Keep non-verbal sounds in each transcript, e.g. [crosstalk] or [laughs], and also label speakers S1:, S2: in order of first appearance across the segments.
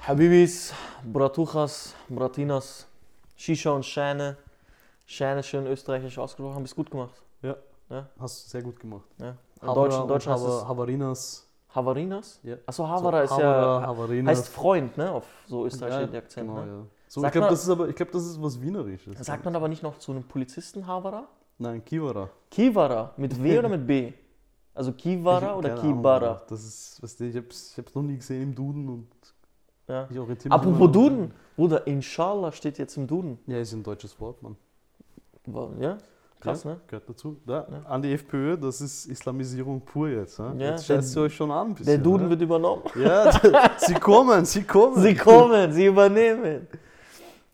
S1: Habibis, Bratuchas, Bratinas, Shisha und Schäne. Schäne schön österreichisch ausgesprochen, haben es gut gemacht.
S2: Hast du sehr gut gemacht.
S1: Ne? In
S2: Havara
S1: Deutsch, in
S2: und
S1: Deutsch heißt
S2: Hava-
S1: es
S2: Havarinas.
S1: Havarinas?
S2: Ja.
S1: Achso, Havara
S2: So,
S1: ist ja.
S2: Havarinas.
S1: Heißt Freund, ne? Auf so österreichischer
S2: ja,
S1: Akzent.
S2: Genau,
S1: ne?
S2: ja. So,
S1: Sag
S2: ich glaube,
S1: mal-
S2: das ist aber, ich glaube, das ist was Wienerisches.
S1: Sagt man aber nicht noch zu einem Polizisten Havara?
S2: Nein, Kiwara.
S1: Kivara, mit W oder mit B? Also Kivara
S2: Ich-
S1: oder
S2: keine Ahnung,
S1: Kibara?
S2: Alter. Das ist, weißt du, ich hab's, ich hab's noch nie gesehen im Duden und
S1: Ja.
S2: ich orientiere mich immer
S1: Apropos
S2: an-
S1: Duden, Bruder, Inshallah steht jetzt im Duden.
S2: Ja, ist ein deutsches Wort, Mann.
S1: Wa- Ja? Krass,
S2: ja,
S1: ne?
S2: Gehört dazu. Da,
S1: Ja.
S2: An die FPÖ, das ist Islamisierung pur jetzt. Ne?
S1: Ja,
S2: jetzt
S1: der-
S2: scheißt ihr euch schon an ein bisschen.
S1: Der Duden
S2: ne?
S1: wird übernommen.
S2: Ja, [laughs] sie kommen, sie kommen.
S1: Sie kommen, sie übernehmen.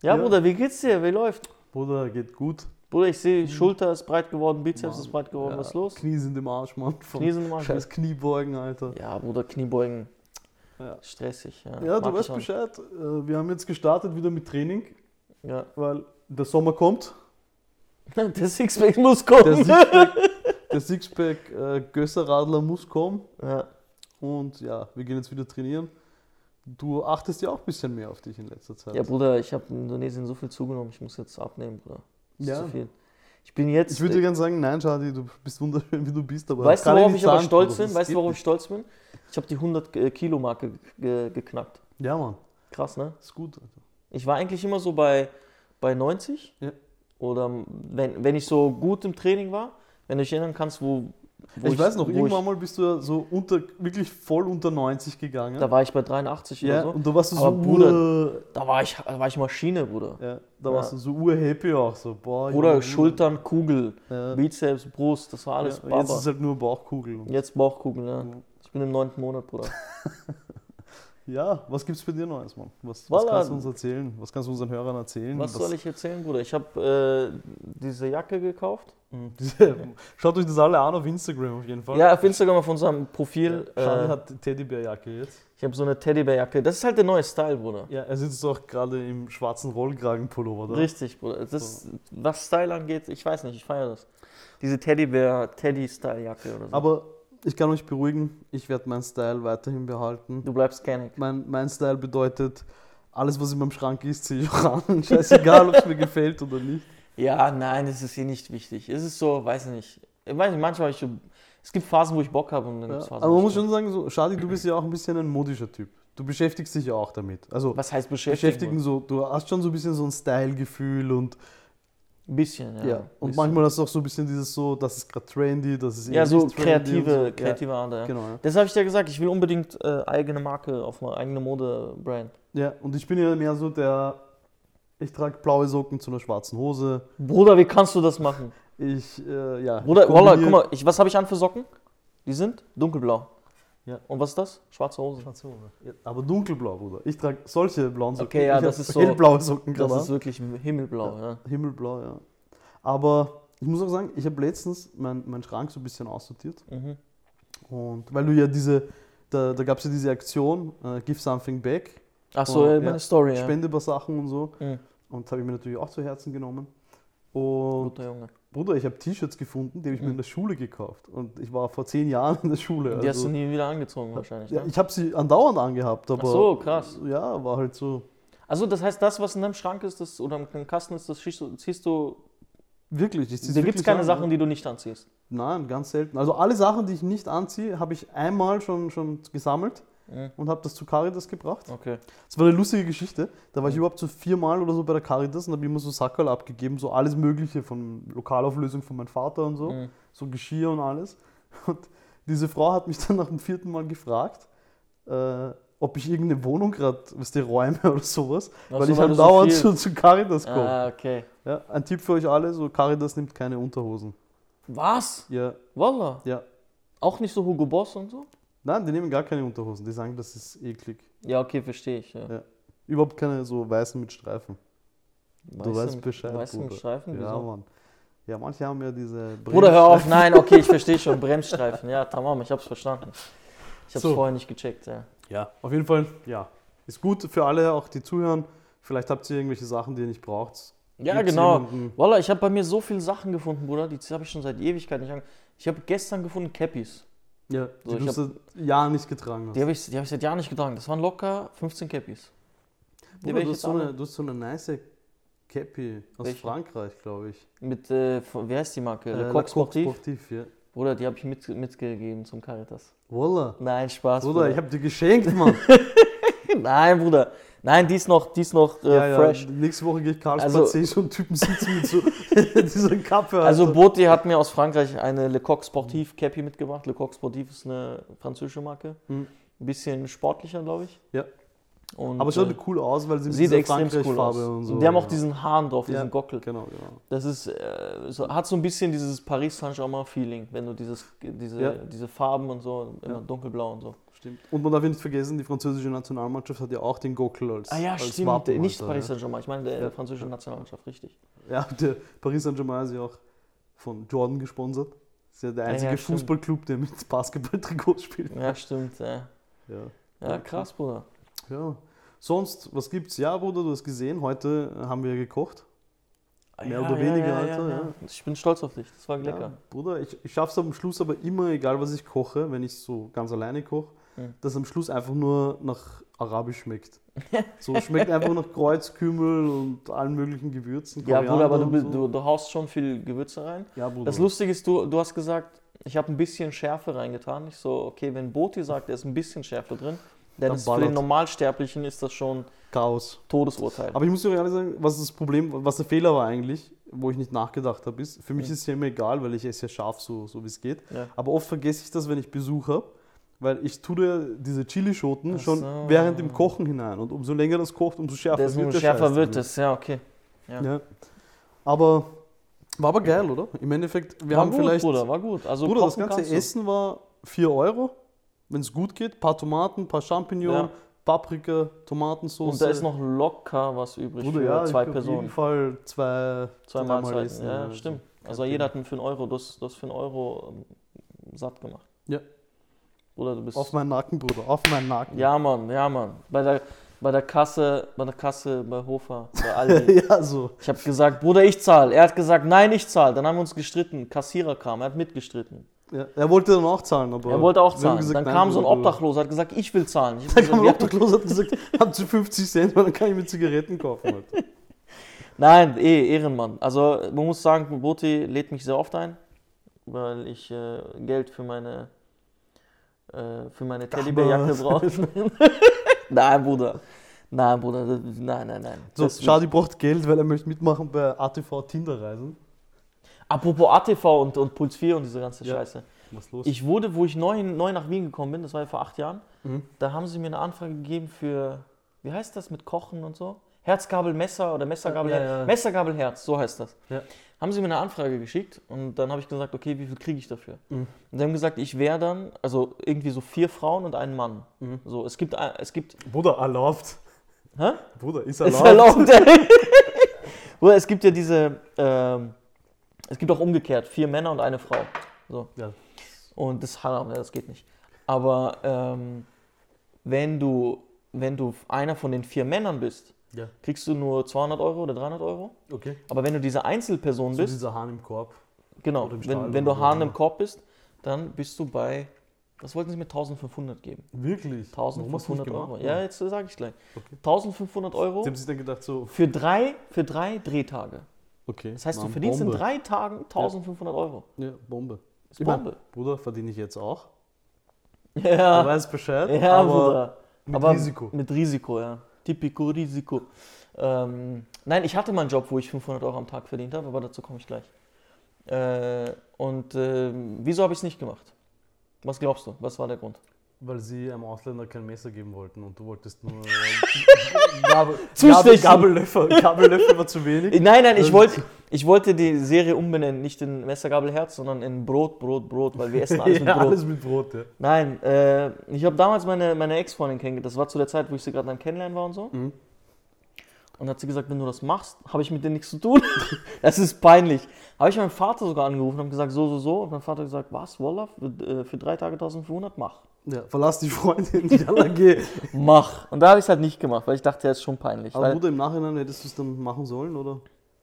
S1: Ja,
S2: Ja.
S1: Bruder, wie geht's dir? Wie läuft?
S2: Bruder, geht gut.
S1: Bruder, ich sehe, Schulter ist breit geworden, Bizeps
S2: Hm. Mann,
S1: ist breit geworden.
S2: Ja,
S1: Was ist los?
S2: Knie sind im Arsch, Mann. Vom
S1: Knie sind im Arsch.
S2: Scheiß Kniebeugen, Alter.
S1: Ja, Bruder, Kniebeugen.
S2: Ja.
S1: Stressig. Ja,
S2: Ja, du
S1: Mag ich
S2: weißt
S1: auch nicht.
S2: Bescheid. Äh, Wir haben jetzt gestartet wieder mit Training,
S1: Ja. [laughs]
S2: weil der Sommer kommt.
S1: Der Sixpack muss
S2: [laughs] Der
S1: kommen.
S2: Sixpack, der Sixpack äh, Gösserradler muss kommen.
S1: Ja.
S2: Und ja, wir gehen jetzt wieder trainieren. Du achtest ja auch ein bisschen mehr auf dich in letzter Zeit.
S1: ja, Bruder, ich habe in Indonesien so viel zugenommen, ich muss jetzt abnehmen, Bruder. Das
S2: Ja.
S1: ist zu viel. Ich bin jetzt.
S2: Ich würde dir gerne sagen, nein, Schadi, du bist wunderschön, wie du bist, aber
S1: weißt du,
S2: kann
S1: worauf
S2: nicht
S1: ich aber
S2: sagen,
S1: stolz
S2: Bruder,
S1: bin?
S2: das
S1: Weißt du,
S2: geht
S1: worauf ich stolz bin? Ich habe die äh, 100-Kilo-Marke geknackt.
S2: nicht. Ja, Mann,
S1: Krass, ne?
S2: ist gut. Alter.
S1: Ich war eigentlich immer so bei, bei 90.
S2: Ja.
S1: Oder wenn, wenn ich so gut im Training war, wenn du dich erinnern kannst, wo. wo
S2: Ich, weiß noch,
S1: wo
S2: irgendwann mal bist du ja so unter, wirklich voll unter 90 gegangen.
S1: Ich, da war ich bei 83
S2: ja,
S1: oder so.
S2: und da warst du so
S1: Aber Bruder,
S2: ur-
S1: Da war ich, da war ich Maschine, Bruder.
S2: ja, da warst du so urhappy auch so. Boah,
S1: Bruder,
S2: Junge,
S1: Schultern, Kugel,
S2: Ja.
S1: Bizeps, Brust, das war alles
S2: Ja,
S1: Baba.
S2: jetzt ist es halt nur Bauchkugel. Und-
S1: Jetzt Bauchkugel, ja.
S2: Ja.
S1: Ich bin im neunten Monat, Bruder.
S2: Ja, was gibt's bei dir Neues, Mann? Was, was
S1: Voila.
S2: kannst du uns erzählen? Was kannst du unseren Hörern erzählen?
S1: Was soll ich erzählen, Bruder? Ich habe äh, diese Jacke gekauft.
S2: Mhm. [laughs] Diese- Schaut euch das alle an auf Instagram auf jeden Fall.
S1: Ja, auf Instagram auf unserem Profil.
S2: Schadi
S1: äh,
S2: hat die Teddybärjacke jetzt.
S1: ich habe so eine Teddybärjacke. Das ist halt der neue Style, Bruder.
S2: Ja, er sitzt auch gerade im schwarzen Rollkragenpullover da.
S1: Richtig, Bruder. Das, was Style angeht, ich weiß nicht, ich feiere das. Diese Teddybär-Teddy-Style-Jacke oder so.
S2: Aber ich kann euch beruhigen, ich werde meinen Style weiterhin behalten.
S1: du bleibst Kenneck.
S2: Mein, mein Style bedeutet, alles, was in meinem Schrank ist, ziehe ich auch an. [laughs] Scheißegal, ob es mir gefällt oder nicht.
S1: Ja, nein, das ist hier nicht wichtig. Es ist so, weiß ich nicht. Ich weiß nicht, manchmal ich so, es gibt Phasen, wo ich Bock habe und dann
S2: Ja.
S1: gibt es Phasen.
S2: Aber
S1: wo
S2: man
S1: ich
S2: muss
S1: Bock-
S2: schon sagen, so, Shadi, du bist ja auch ein bisschen ein modischer Typ. Du beschäftigst dich ja auch damit. Also
S1: was heißt beschäftigen?
S2: beschäftigen so, du hast schon so ein bisschen so ein Style-Gefühl und
S1: Ein bisschen, ja.
S2: ja. Und
S1: bisschen.
S2: manchmal hast du auch so ein bisschen dieses so, das ist gerade trendy, das ist
S1: ja,
S2: ähnlich
S1: so
S2: trendy und so.
S1: kreative,
S2: Ja,
S1: kreative ne? Art. Ja.
S2: Genau, ja.
S1: Das habe ich dir gesagt, ich will unbedingt äh, eigene Marke auf meine eigene Mode-Brand.
S2: ja, und ich bin ja mehr so der, ich trage blaue Socken zu einer schwarzen Hose.
S1: Bruder, wie kannst du das machen?
S2: Ich, äh, ja.
S1: Bruder,
S2: ich
S1: Walla, guck
S2: kombiniere-
S1: mal, ich, was habe ich an für Socken? Die sind dunkelblau.
S2: Ja.
S1: Und was ist das? Schwarze Hose.
S2: Schwarze Hose. Ja, aber dunkelblau, Bruder. Ich trage solche blauen Socken.
S1: Okay, ja,
S2: ich
S1: das
S2: hab
S1: ist so-
S2: Hellblaue Socken
S1: Das
S2: gerade.
S1: ist wirklich himmelblau, ja.
S2: an. Himmelblau, Genau. ja. Aber ich muss auch sagen, ich habe letztens meinen mein Schrank so ein bisschen aussortiert.
S1: Mhm.
S2: Und weil du ja diese, da, da gab es ja diese Aktion, äh, Give Something Back,
S1: Ach so, ja,
S2: Oh, Ja.
S1: meine Story, ja.
S2: Spende ein paar Sachen und so.
S1: Mhm.
S2: Und habe ich mir natürlich auch zu Herzen genommen. Und
S1: Guter Junge.
S2: Bruder, ich habe T-Shirts gefunden, die habe ich mir
S1: Mhm.
S2: in der Schule gekauft. Und ich war vor zehn Jahren in der Schule.
S1: Die hast du
S2: Also,
S1: nie wieder angezogen wahrscheinlich,
S2: ja,
S1: ne?
S2: ich habe sie andauernd angehabt, aber.
S1: Ach so, krass.
S2: Ja, war halt so.
S1: Also das heißt, das, was in deinem Schrank ist das, oder im Kasten ist, das schiebst du- ziehst du...
S2: Wirklich, ich zieh's
S1: Da gibt es
S2: wirklich
S1: keine
S2: an,
S1: Sachen,
S2: ne?
S1: die du nicht anziehst.
S2: Nein, ganz selten. Also alle Sachen, die ich nicht anziehe, habe ich einmal schon, schon gesammelt
S1: Mhm.
S2: und habe das zu Caritas gebracht.
S1: Okay.
S2: Das war eine lustige Geschichte. Da
S1: Mhm.
S2: war ich überhaupt so viermal oder so bei der Caritas und habe immer so Sackerl abgegeben, so alles Mögliche von Lokalauflösung von meinem Vater und so,
S1: Mhm.
S2: so Geschirr und alles. Und diese Frau hat mich [laughs] dann nach dem vierten Mal gefragt, äh, ob ich irgendeine Wohnung gerade, was die Räume [laughs] oder sowas,
S1: Ach
S2: weil
S1: so, weil
S2: ich
S1: du
S2: halt
S1: so
S2: dauernd
S1: viel-
S2: so zu Caritas komme.
S1: Ah, okay.
S2: Ja, ein Tipp für euch alle: so Caritas nimmt keine Unterhosen.
S1: Was?
S2: Ja,
S1: Walla.
S2: ja.
S1: Auch nicht so Hugo Boss und so?
S2: Nein, die nehmen gar keine Unterhosen. Die sagen, das ist eklig.
S1: Ja, okay, verstehe ich. Ja.
S2: Ja. Überhaupt keine so weißen mit Streifen. du weißt Bescheid.
S1: Weißt du, mit
S2: Bruder.
S1: Streifen?
S2: Ja,
S1: wieso?
S2: Mann. Ja, manche haben ja diese.
S1: Bruder, hör auf.
S2: Bremsstreifen.
S1: Nein, okay, ich verstehe schon. Bremsstreifen. Ja, tamam, ich hab's verstanden. Ich hab's
S2: So.
S1: vorher nicht gecheckt, ja.
S2: Ja, auf jeden Fall. Ja. Ist gut für alle, auch die zuhören. Vielleicht habt ihr irgendwelche Sachen, die ihr nicht braucht.
S1: Ja,
S2: Gibt's
S1: genau.
S2: jemanden-
S1: Walla, ich habe bei mir so viele Sachen gefunden, Bruder. Die habe ich schon seit Ewigkeit nicht ange... Ich habe gestern gefunden Cappies.
S2: Ja,
S1: So,
S2: die
S1: ich
S2: du
S1: hab-
S2: seit Jahren nicht getragen hast.
S1: Die habe ich, die hab ich seit Jahren nicht getragen. Das waren locker 15 Cappies.
S2: Bruder,
S1: welche
S2: du, hast so
S1: Dame?
S2: eine, du hast so eine nice Cappy aus
S1: Welche?
S2: Frankreich, glaube ich.
S1: Mit, äh, von- wie heißt die Marke?
S2: Äh,
S1: Le
S2: La
S1: Coq Sportif?
S2: Sportif, ja.
S1: Bruder, die habe ich mit, mitgegeben zum Caritas.
S2: Voila.
S1: Nein, Spaß,
S2: Bruder,
S1: Bruder.
S2: ich hab dir geschenkt,
S1: [laughs]
S2: Mann.
S1: Nein, Bruder. Nein, die ist noch, die ist noch äh,
S2: ja, ja,
S1: fresh.
S2: Nächste Woche gehe ich Karlsplatz,
S1: Also-
S2: sehe so einen Typen sitzen mit so [laughs] dieser Kappe.
S1: Also
S2: Alter.
S1: Boti hat mir aus Frankreich eine Le Coq Sportif Cappy mitgebracht. Le Coq Sportif ist eine französische Marke.
S2: Mhm.
S1: Ein bisschen sportlicher, glaube ich.
S2: Ja.
S1: Und,
S2: Aber
S1: äh,
S2: schaut halt cool aus, weil sie mit
S1: sieht
S2: dieser
S1: extrem cool aus.
S2: Frankreich-Farbe und so.
S1: die haben auch
S2: ja.
S1: diesen Hahn drauf,
S2: Ja.
S1: diesen Gockel.
S2: Genau, genau.
S1: Das ist, äh, so, hat so ein bisschen dieses Paris Saint-Germain-Feeling, wenn du dieses, diese,
S2: Ja.
S1: diese Farben und so, immer
S2: Ja.
S1: dunkelblau und so.
S2: Stimmt. Und man darf ja nicht vergessen, die französische Nationalmannschaft hat ja auch den Gockel als
S1: Ah ja,
S2: als
S1: stimmt.
S2: Wappen, halt,
S1: nicht
S2: Alter,
S1: Paris Saint-Germain, ich meine der
S2: Ja.
S1: französische Nationalmannschaft, richtig.
S2: Ja, der Paris Saint-Germain ist ja auch von Jordan gesponsert. Ist ja der
S1: Ah Ja, ja,
S2: einzige
S1: stimmt.
S2: Fußballclub, der mit Basketball-Trikot spielt.
S1: Ja, stimmt. Ja,
S2: Ja.
S1: ja krass, Bruder.
S2: ja. Sonst, was gibt's? Ja, Bruder, du hast gesehen, heute haben wir gekocht.
S1: ja,
S2: Mehr oder
S1: ja,
S2: weniger,
S1: ja,
S2: Alter,
S1: Ja,
S2: ja.
S1: halt ja. Ich bin stolz auf dich, das war lecker.
S2: Ja, Bruder, ich, ich schaff's am Schluss aber immer, egal was ich koche, wenn ich so ganz alleine koche,
S1: Mhm.
S2: dass am Schluss einfach nur nach Arabisch schmeckt. [laughs] so schmeckt einfach nach Kreuzkümmel und allen möglichen Gewürzen.
S1: Ja, Bruder, aber du,
S2: Koriander
S1: bi-
S2: und
S1: du, du haust schon viel Gewürze rein.
S2: Ja, Bruder.
S1: Das Lustige ist, du, du hast gesagt, ich habe ein bisschen Schärfe reingetan. Ich so, okay, wenn Boti sagt, er ist ein bisschen Schärfe drin, dann
S2: Dann
S1: ist für
S2: ballert.
S1: den Normalsterblichen ist das schon
S2: Chaos.
S1: Todesurteil.
S2: Aber ich muss dir auch ehrlich sagen, was das Problem, was der Fehler war eigentlich, wo ich nicht nachgedacht habe, ist, für mich
S1: Mhm.
S2: ist es ja immer egal, weil ich esse ja scharf, so, so wie es geht.
S1: Ja.
S2: Aber oft vergesse ich das, wenn ich Besuch habe, weil ich tue ja diese Chilischoten
S1: Ach
S2: schon
S1: so.
S2: während dem Kochen hinein. Und umso länger das kocht, umso schärfer
S1: Desto
S2: der
S1: schärfer
S2: Scheiß
S1: wird
S2: dann.
S1: es, ja, okay. ja.
S2: Ja. Aber war aber geil, oder? Im Endeffekt, wir
S1: war
S2: haben
S1: gut,
S2: vielleicht.
S1: Bruder, war gut. Also
S2: Bruder, das
S1: kochen
S2: ganze
S1: kannst du.
S2: Essen war 4 Euro, wenn es gut geht. paar Tomaten, paar Champignon,
S1: Ja.
S2: Paprika, Tomatensauce.
S1: Und da ist noch locker was übrig
S2: Bruder,
S1: für
S2: ja,
S1: zwei
S2: ich glaub, Auf jeden
S1: Personen.
S2: Fall zwei,
S1: Zwei
S2: dreimal
S1: Mahlzeiten.
S2: essen,
S1: ja,
S2: ja,
S1: stimmt.
S2: kein
S1: Also jeder hat einen für einen Euro, du hast, du hast für einen Euro ähm, satt gemacht.
S2: Ja.
S1: Bruder, du bist.
S2: Auf meinen Nacken, Bruder, auf meinen Nacken. [laughs]
S1: ja, Mann, ja, Mann. Bei der, bei der Kasse, bei der Kasse, bei Hofer, bei
S2: [laughs]
S1: Aldi.
S2: ja, so.
S1: ich habe gesagt, Bruder, ich zahle. Er hat gesagt, nein, ich zahle. Dann haben wir uns gestritten. Kassierer kam, er hat mitgestritten.
S2: Ja. Er wollte dann auch zahlen, aber.
S1: Er wollte auch
S2: wir haben
S1: zahlen.
S2: gesagt,
S1: dann
S2: nein,
S1: kam so ein
S2: Bruder, du-
S1: Obdachloser, hat gesagt, ich will zahlen. Ich hab
S2: Dann
S1: gesagt,
S2: kam ein
S1: ja,
S2: Obdachlos und hat gesagt, [laughs] habt ihr 50 Cent, weil dann kann ich mir Zigaretten kaufen. Alter.
S1: [laughs] Nein, eh, Ehrenmann. Also man muss sagen, Boti lädt mich sehr oft ein, weil ich äh, Geld für meine, äh, für meine Teddybärjacke
S2: [laughs]
S1: brauche. [laughs] nein, Bruder. Nein, Bruder. das- Nein, nein, nein.
S2: So,
S1: Das-
S2: Shadi braucht Geld, weil er möchte mitmachen bei ATV Tinderreisen.
S1: Apropos ATV und, und Puls 4 und diese ganze
S2: Ja.
S1: Scheiße.
S2: Was ist los?
S1: Ich wurde, wo ich neu, neu nach Wien gekommen bin, das war ja vor acht Jahren,
S2: Mhm.
S1: da haben sie mir eine Anfrage gegeben für, wie heißt das mit Kochen und so? Herzgabel, Messer oder Messergabel,
S2: Ja,
S1: Herz.
S2: ja, ja.
S1: Messergabel, Herz, so heißt das.
S2: Ja.
S1: Haben sie mir eine Anfrage geschickt und dann habe ich gesagt, okay, wie viel kriege ich dafür?
S2: Mhm.
S1: Und sie haben gesagt, ich wäre dann, also irgendwie so vier Frauen und einen Mann.
S2: Mhm.
S1: So, es gibt, ein- es gibt,
S2: Bruder, erlaubt.
S1: hä?
S2: Bruder, ist
S1: Ist
S2: erlaubt.
S1: erlaubt. [laughs] Oder es gibt ja diese, ähm, es gibt auch umgekehrt, vier Männer und eine Frau. So.
S2: Ja.
S1: Und das ist Haram, ja, das geht nicht. Aber ähm, wenn, du, wenn du einer von den vier Männern bist,
S2: Ja,
S1: kriegst du nur 200 Euro oder 300 Euro.
S2: okay.
S1: Aber wenn du diese Einzelperson
S2: So
S1: bist,
S2: dieser Hahn im Korb.
S1: genau,
S2: oder im Stall
S1: wenn, wenn
S2: oder genau.
S1: du
S2: wo
S1: Hahn im
S2: auch immer.
S1: Korb bist, dann bist du bei, was wollten sie mir, 1500 geben?
S2: Wirklich?
S1: 1500 Euro. Ja, jetzt sage ich gleich.
S2: Okay.
S1: 1500 Euro
S2: Sie haben sich dann gedacht so,
S1: für drei, für drei Drehtage.
S2: okay.
S1: Das heißt, du
S2: Mann,
S1: verdienst
S2: Bombe.
S1: in drei Tagen 1500
S2: [laughs]
S1: Euro.
S2: Ja, Bombe.
S1: Das ist
S2: Ich mein,
S1: Bombe.
S2: Bruder, verdiene ich jetzt auch. Du
S1: Ja,
S2: weißt Bescheid,
S1: ja
S2: aber
S1: Bruder.
S2: mit
S1: aber
S2: Risiko.
S1: Mit Risiko, ja. Typico Risiko. Ähm, nein, ich hatte mal einen Job, wo ich 500 Euro am Tag verdient habe, aber dazu komme ich gleich. Äh, und ähm, wieso habe ich es nicht gemacht? Was glaubst du? Was war der Grund?
S2: Weil sie einem Ausländer kein Messer geben wollten und du wolltest nur äh,
S1: [laughs] Zustechen.
S2: Gabel, Gabellöffel. Gabellöffel war zu wenig.
S1: Äh, Nein, nein, ich
S2: Ähm.
S1: wollte, ich wollte die Serie umbenennen, nicht in Messergabel Herz, sondern in Brot, Brot, Brot, weil wir essen alles mit
S2: [laughs] ja,
S1: Brot.
S2: alles mit Brot, ja.
S1: Nein, äh, ich habe damals meine, meine Ex-Freundin kennengelernt. Das war zu der Zeit, wo ich sie gerade am Kennenlernen war und so.
S2: Mhm.
S1: Und hat sie gesagt, wenn du das machst, habe ich mit dir nichts zu tun. [laughs] das ist peinlich. Habe ich meinen Vater sogar angerufen und hab gesagt, so, so, so. Und mein Vater hat gesagt, was, Walla, für, äh, für drei Tage 1500, mach.
S2: ja. Verlass die Freundin, die
S1: [laughs]
S2: dann AG.
S1: Mach. Und da habe ich es halt nicht gemacht, weil ich dachte, ja, ist schon peinlich.
S2: Aber
S1: Weil,
S2: Bruder, im Nachhinein hättest du es dann machen sollen, oder?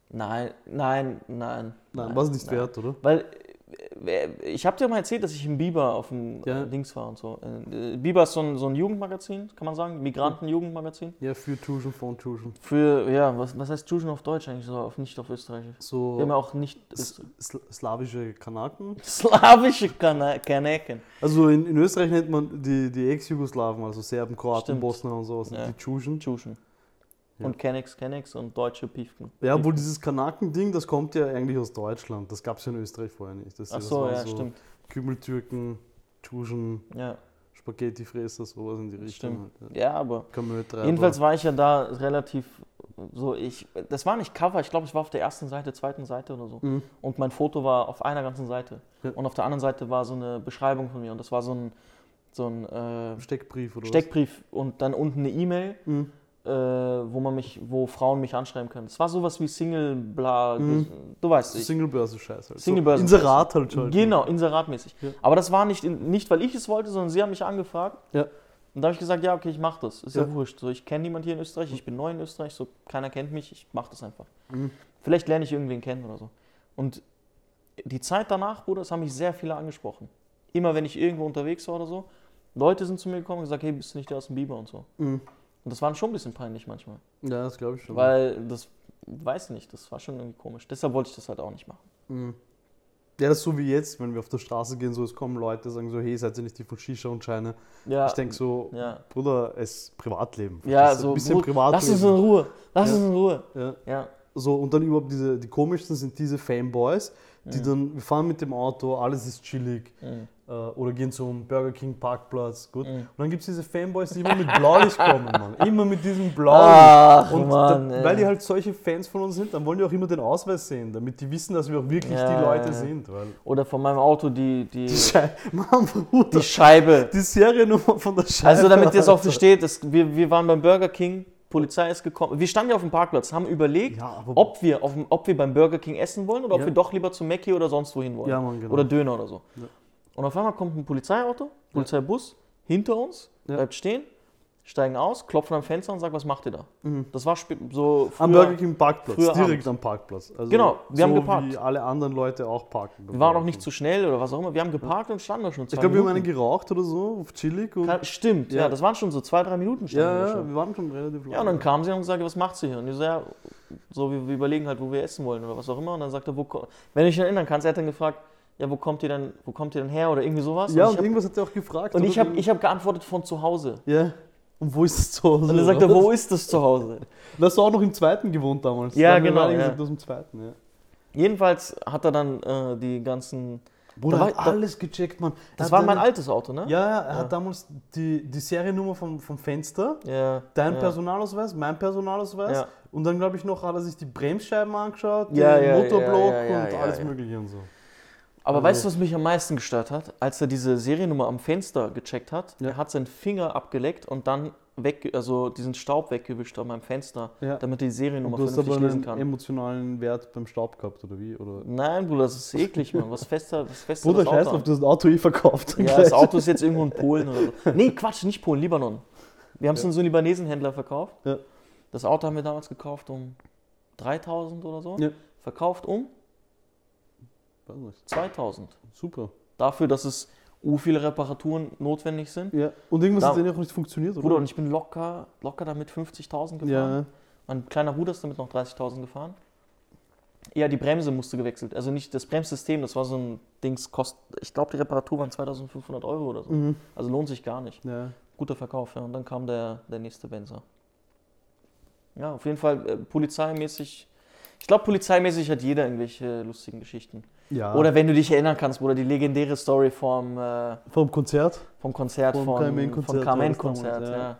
S1: nein, nein, nein.
S2: Nein, war es nicht wert, oder?
S1: Weil äh, wer- ich habe dir mal erzählt, dass ich in Biber auf dem
S2: Ja.
S1: äh, Dings war und so. Äh, äh, Biber ist so ein, so ein Jugendmagazin, kann man sagen, Migrantenjugendmagazin.
S2: Ja, für Tuschen, von Tuschen.
S1: Für, ja, was, was heißt Tuschen auf Deutsch eigentlich, so auf nicht auf Österreichisch?
S2: So
S1: Wir haben ja auch nicht
S2: s- sl slawische Kanaken.
S1: [laughs] slawische Kana- Kanaken.
S2: Also in, in Österreich nennt man die, die Ex-Jugoslawen, also Serben, Kroaten,
S1: Stimmt.
S2: Bosnien und sowas,
S1: Ja.
S2: die Tschuschen.
S1: Tuschen.
S2: Ja.
S1: Und Kennex, Kennex und deutsche Piefken.
S2: Ja, wo dieses Kanaken-Ding, das kommt ja eigentlich aus Deutschland. Das gab es ja in Österreich vorher nicht. Das,
S1: Ach
S2: das
S1: so,
S2: waren
S1: ja, stimmt.
S2: Kümmeltürken, Tschuschen,
S1: Ja,
S2: Spaghettifresser, sowas in die Richtung. halt, Stimmt.
S1: ja aber.
S2: Kamötreiber.
S1: Jedenfalls war ich ja da relativ so, ich, das war nicht Cover, ich glaube, ich war auf der ersten Seite, zweiten Seite oder so.
S2: Mhm.
S1: Und mein Foto war auf einer ganzen Seite.
S2: Ja.
S1: Und auf der anderen Seite war so eine Beschreibung von mir. Und das war so ein, so ein äh,
S2: Steckbrief oder
S1: Steckbrief und dann unten eine E-Mail,
S2: was? Mhm.
S1: äh, wo man mich, wo Frauen mich anschreiben können. Es war sowas wie Single, bla,
S2: Mhm.
S1: du weißt ich.
S2: Singlebörse-Scheiß halt.
S1: Singlebörse-
S2: So Inserat halt schon.
S1: Genau, inseratmäßig.
S2: Ja.
S1: Aber das war nicht, in- nicht, weil ich es wollte, sondern sie haben mich angefragt.
S2: Ja.
S1: Und da habe ich gesagt, ja, okay, ich mache das. Ist ja,
S2: Ja.
S1: wurscht. So, ich kenne niemanden hier in Österreich, ich bin neu in Österreich, so keiner kennt mich, ich mache das einfach.
S2: Mhm.
S1: Vielleicht lerne ich irgendwen kennen oder so. Und die Zeit danach, Bruder, das haben mich sehr viele angesprochen. Immer wenn ich irgendwo unterwegs war oder so, Leute sind zu mir gekommen und gesagt, hey, bist du nicht der aus dem Biber und so.
S2: Mhm.
S1: Und das war schon ein bisschen peinlich manchmal.
S2: Ja, das glaube ich schon.
S1: Weil das, weiß nicht, das war schon irgendwie komisch. Deshalb wollte ich das halt auch nicht machen.
S2: Mhm. Ja, das ist so wie jetzt, wenn wir auf der Straße gehen, so es kommen Leute, sagen so, hey, seid ihr nicht die von Shisha und Scheine?
S1: Ja,
S2: Ich denke so,
S1: ja.
S2: Bruder, es ist Privatleben.
S1: Ja,
S2: Das ist
S1: so
S2: ein bisschen
S1: Bruder, Lass
S2: Privatleben.
S1: uns in Ruhe. Lass
S2: Ja.
S1: uns in Ruhe.
S2: ja.
S1: Ja.
S2: So, und dann überhaupt diese, die komischsten sind diese Fanboys, die dann, wir fahren mit dem Auto, alles ist chillig.
S1: Mhm.
S2: Äh, oder gehen zum Burger King Parkplatz, gut. Und dann gibt es diese Fanboys, die immer mit
S1: [laughs]
S2: Blaulicht kommen, Mann. Immer mit diesem Blaulicht.
S1: Ach,
S2: und
S1: Ah, Mann,
S2: da,
S1: ey.
S2: weil die halt solche Fans von uns sind, dann wollen die auch immer den Ausweis sehen, damit die wissen, dass wir auch wirklich
S1: Ja,
S2: die Leute
S1: ja.
S2: sind. Weil
S1: Oder von meinem Auto die, die,
S2: die
S1: die [laughs]
S2: Schei Mann, Bruder, die,
S1: Scheibe.
S2: Seriennummer von der Scheibe.
S1: Also damit ihr es auch
S2: Alter.
S1: versteht, es, wir, wir waren beim Burger King, Polizei ist gekommen. Wir standen ja auf dem Parkplatz, haben überlegt,
S2: Ja, aber-
S1: ob, wir auf, dem- ob wir beim Burger King essen wollen oder ob
S2: Ja.
S1: wir doch lieber zu Mackie oder sonst wohin wollen.
S2: Ja, Mann, genau.
S1: Oder Döner oder so.
S2: Ja.
S1: Und auf einmal kommt ein Polizeiauto, Polizeibus, hinter uns,
S2: Ja.
S1: bleibt stehen, steigen aus, klopfen am Fenster und sagen, was macht ihr da? Das war spä- so
S2: Mhm. Am
S1: früher-
S2: Burger King Parkplatz,
S1: früher
S2: direkt am Parkplatz. Also
S1: Genau, wir
S2: so
S1: haben
S2: Wie
S1: geparkt.
S2: alle anderen Leute auch parken.
S1: Wir waren auch nicht zu schnell oder was auch immer. Wir haben geparkt und standen da schon zwei
S2: Ich glaube, wir haben einen
S1: Minuten.
S2: geraucht oder so, chillig. Und
S1: Ka- Stimmt, ja.
S2: Ja.
S1: das waren schon so zwei, drei Minuten standen
S2: ja,
S1: wir
S2: ja,
S1: schon.
S2: wir waren schon relativ lange.
S1: Ja, und dann kamen sie und haben gesagt, was macht sie hier? Und ich so, ja, so, wir, wir überlegen halt, wo wir essen wollen oder was auch immer. Und dann sagt er, wo, ko- wenn du dich erinnern kannst, er hat dann gefragt, ja, wo kommt ihr denn, wo kommt ihr denn her oder irgendwie sowas?
S2: ja,
S1: und
S2: und
S1: Also ich
S2: irgendwas hat er auch gefragt.
S1: habe und ich
S2: oder?
S1: hab, ich hab geantwortet von zu Hause.
S2: Ja. Und wo ist es zu Hause?
S1: Und dann sagt er,
S2: oder?
S1: wo ist das zu Hause?
S2: Da hast du auch noch im zweiten gewohnt damals.
S1: Ja,
S2: Da haben wir
S1: genau,
S2: beide
S1: ja.
S2: Gesagt, du hast im zweiten, ja.
S1: Jedenfalls hat er dann äh, die ganzen.
S2: Bruder,
S1: Da war-
S2: hat
S1: da-
S2: alles gecheckt, Mann.
S1: Das
S2: Er
S1: war
S2: hat
S1: mein
S2: eine-
S1: altes Auto, ne?
S2: Ja, ja, er hat damals die, die Seriennummer vom, vom Fenster,
S1: ja
S2: dein
S1: ja.
S2: Personalausweis, mein Personalausweis.
S1: Ja.
S2: Und dann, glaube ich, noch hat er sich die Bremsscheiben angeschaut,
S1: Ja,
S2: den
S1: ja, ja,
S2: Motorblock
S1: ja, ja,
S2: und
S1: ja,
S2: alles
S1: ja.
S2: Mögliche und so.
S1: Aber
S2: Also-
S1: weißt du, was mich am meisten gestört hat? Als er diese Seriennummer am Fenster gecheckt hat,
S2: Ja.
S1: er hat seinen Finger abgeleckt und dann weg, also diesen Staub weggewischt an meinem Fenster,
S2: Ja.
S1: damit er die Seriennummer
S2: du hast aber
S1: vernünftig lesen
S2: einen
S1: kann.
S2: emotionalen Wert beim Staub gehabt, oder wie? Oder?
S1: Nein, Bruder, das ist eklig, Mann. Was fester, was fester
S2: Bruder,
S1: das Auto
S2: scheiß
S1: an?
S2: drauf, du hast ein Auto eh verkauft.
S1: Ja, das Auto ist jetzt irgendwo in Polen oder
S2: [laughs]
S1: so. Nee, Quatsch, nicht Polen, Libanon. Wir haben es an so einen Libanesenhändler verkauft.
S2: Ja.
S1: Das Auto haben wir damals gekauft um 3000 oder so.
S2: Ja.
S1: Verkauft um
S2: [laughs] Weiß nicht.
S1: 2000.
S2: Super.
S1: Dafür, dass es u viele Reparaturen notwendig sind.
S2: Ja. Und irgendwas
S1: Da-
S2: hat ja auch nicht funktioniert, oder?
S1: Bruder, und ich bin locker, locker damit 50.000 gefahren.
S2: ja.
S1: Mein kleiner Bruder ist damit noch 30.000 gefahren. Ja, die Bremse musste gewechselt. Also nicht das Bremssystem, das war so ein Dings, kost, ich glaube, die Reparatur waren 2500 Euro oder so.
S2: Mhm.
S1: Also lohnt sich gar nicht.
S2: ja.
S1: Guter Verkauf, ja. Und dann kam der, der nächste Benzer. Ja, auf jeden Fall äh, polizeimäßig. Ich glaube, polizeimäßig hat jeder irgendwelche lustigen Geschichten.
S2: Ja.
S1: Oder wenn du dich erinnern kannst, Bruder, die legendäre Story vom, äh,
S2: Vom Konzert.
S1: vom Konzert
S2: Vom
S1: von
S2: Carmen-Konzert
S1: von
S2: war das
S1: Carmen-Konzert.
S2: damals,
S1: Ja.
S2: ja.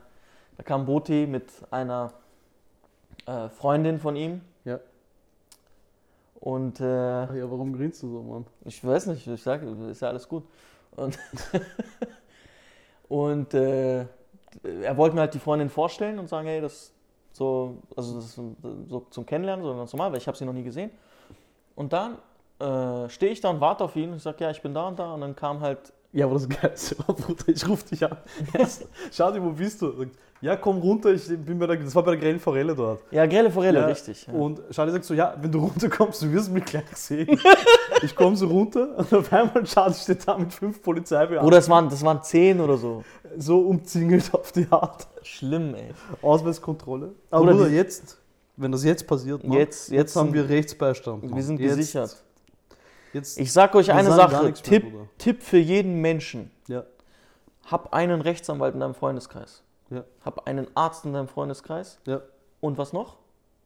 S1: Da kam Boti mit einer äh, Freundin von ihm.
S2: Ja.
S1: Und äh,
S2: Ach ja, warum grinst du so, Mann?
S1: ich weiß nicht, ich sage, ist ja alles gut. Und, [laughs] und äh, er wollte mir halt die Freundin vorstellen und sagen, hey, das so, also das ist so zum Kennenlernen, so ganz normal, weil ich habe sie noch nie gesehen. Und dann äh, stehe ich da und warte auf ihn und ich sage, ja, ich bin da und da. Und dann kam halt
S2: [laughs]
S1: [laughs]
S2: Ja, aber das Geilste war, Bruder, ich ruf dich an. Erst, Schade, wo bist du? Sagt, ja, komm runter, ich bin bei der, das war bei der grellen Forelle dort.
S1: Ja, Oh, grelle Forelle,
S2: Ja,
S1: richtig. Ja.
S2: Und Charlie sagt so, ja, wenn du [laughs] runterkommst, du wirst mich gleich sehen. ich komme so runter und auf einmal Charlie steht da mit fünf Polizeibeamten,
S1: Oder es waren, das waren zehn oder so.
S2: so umzingelt auf die Art.
S1: Schlimm, ey.
S2: Ausweiskontrolle. Aber
S1: Oder
S2: Bruder,
S1: die-
S2: jetzt, wenn das jetzt passiert, Mann,
S1: Jetzt- jetzt
S2: haben
S1: sind-
S2: wir Rechtsbeistand. Mann.
S1: Wir sind
S2: jetzt,
S1: gesichert.
S2: Jetzt,
S1: Ich sag euch
S2: Wir
S1: eine
S2: sagen gar
S1: Sache.
S2: nichts mehr,
S1: Tipp,
S2: Bruder.
S1: Tipp für jeden Menschen.
S2: ja,
S1: Hab einen Rechtsanwalt in deinem Freundeskreis.
S2: Ja.
S1: Hab einen Arzt in deinem Freundeskreis.
S2: ja,
S1: Und was noch?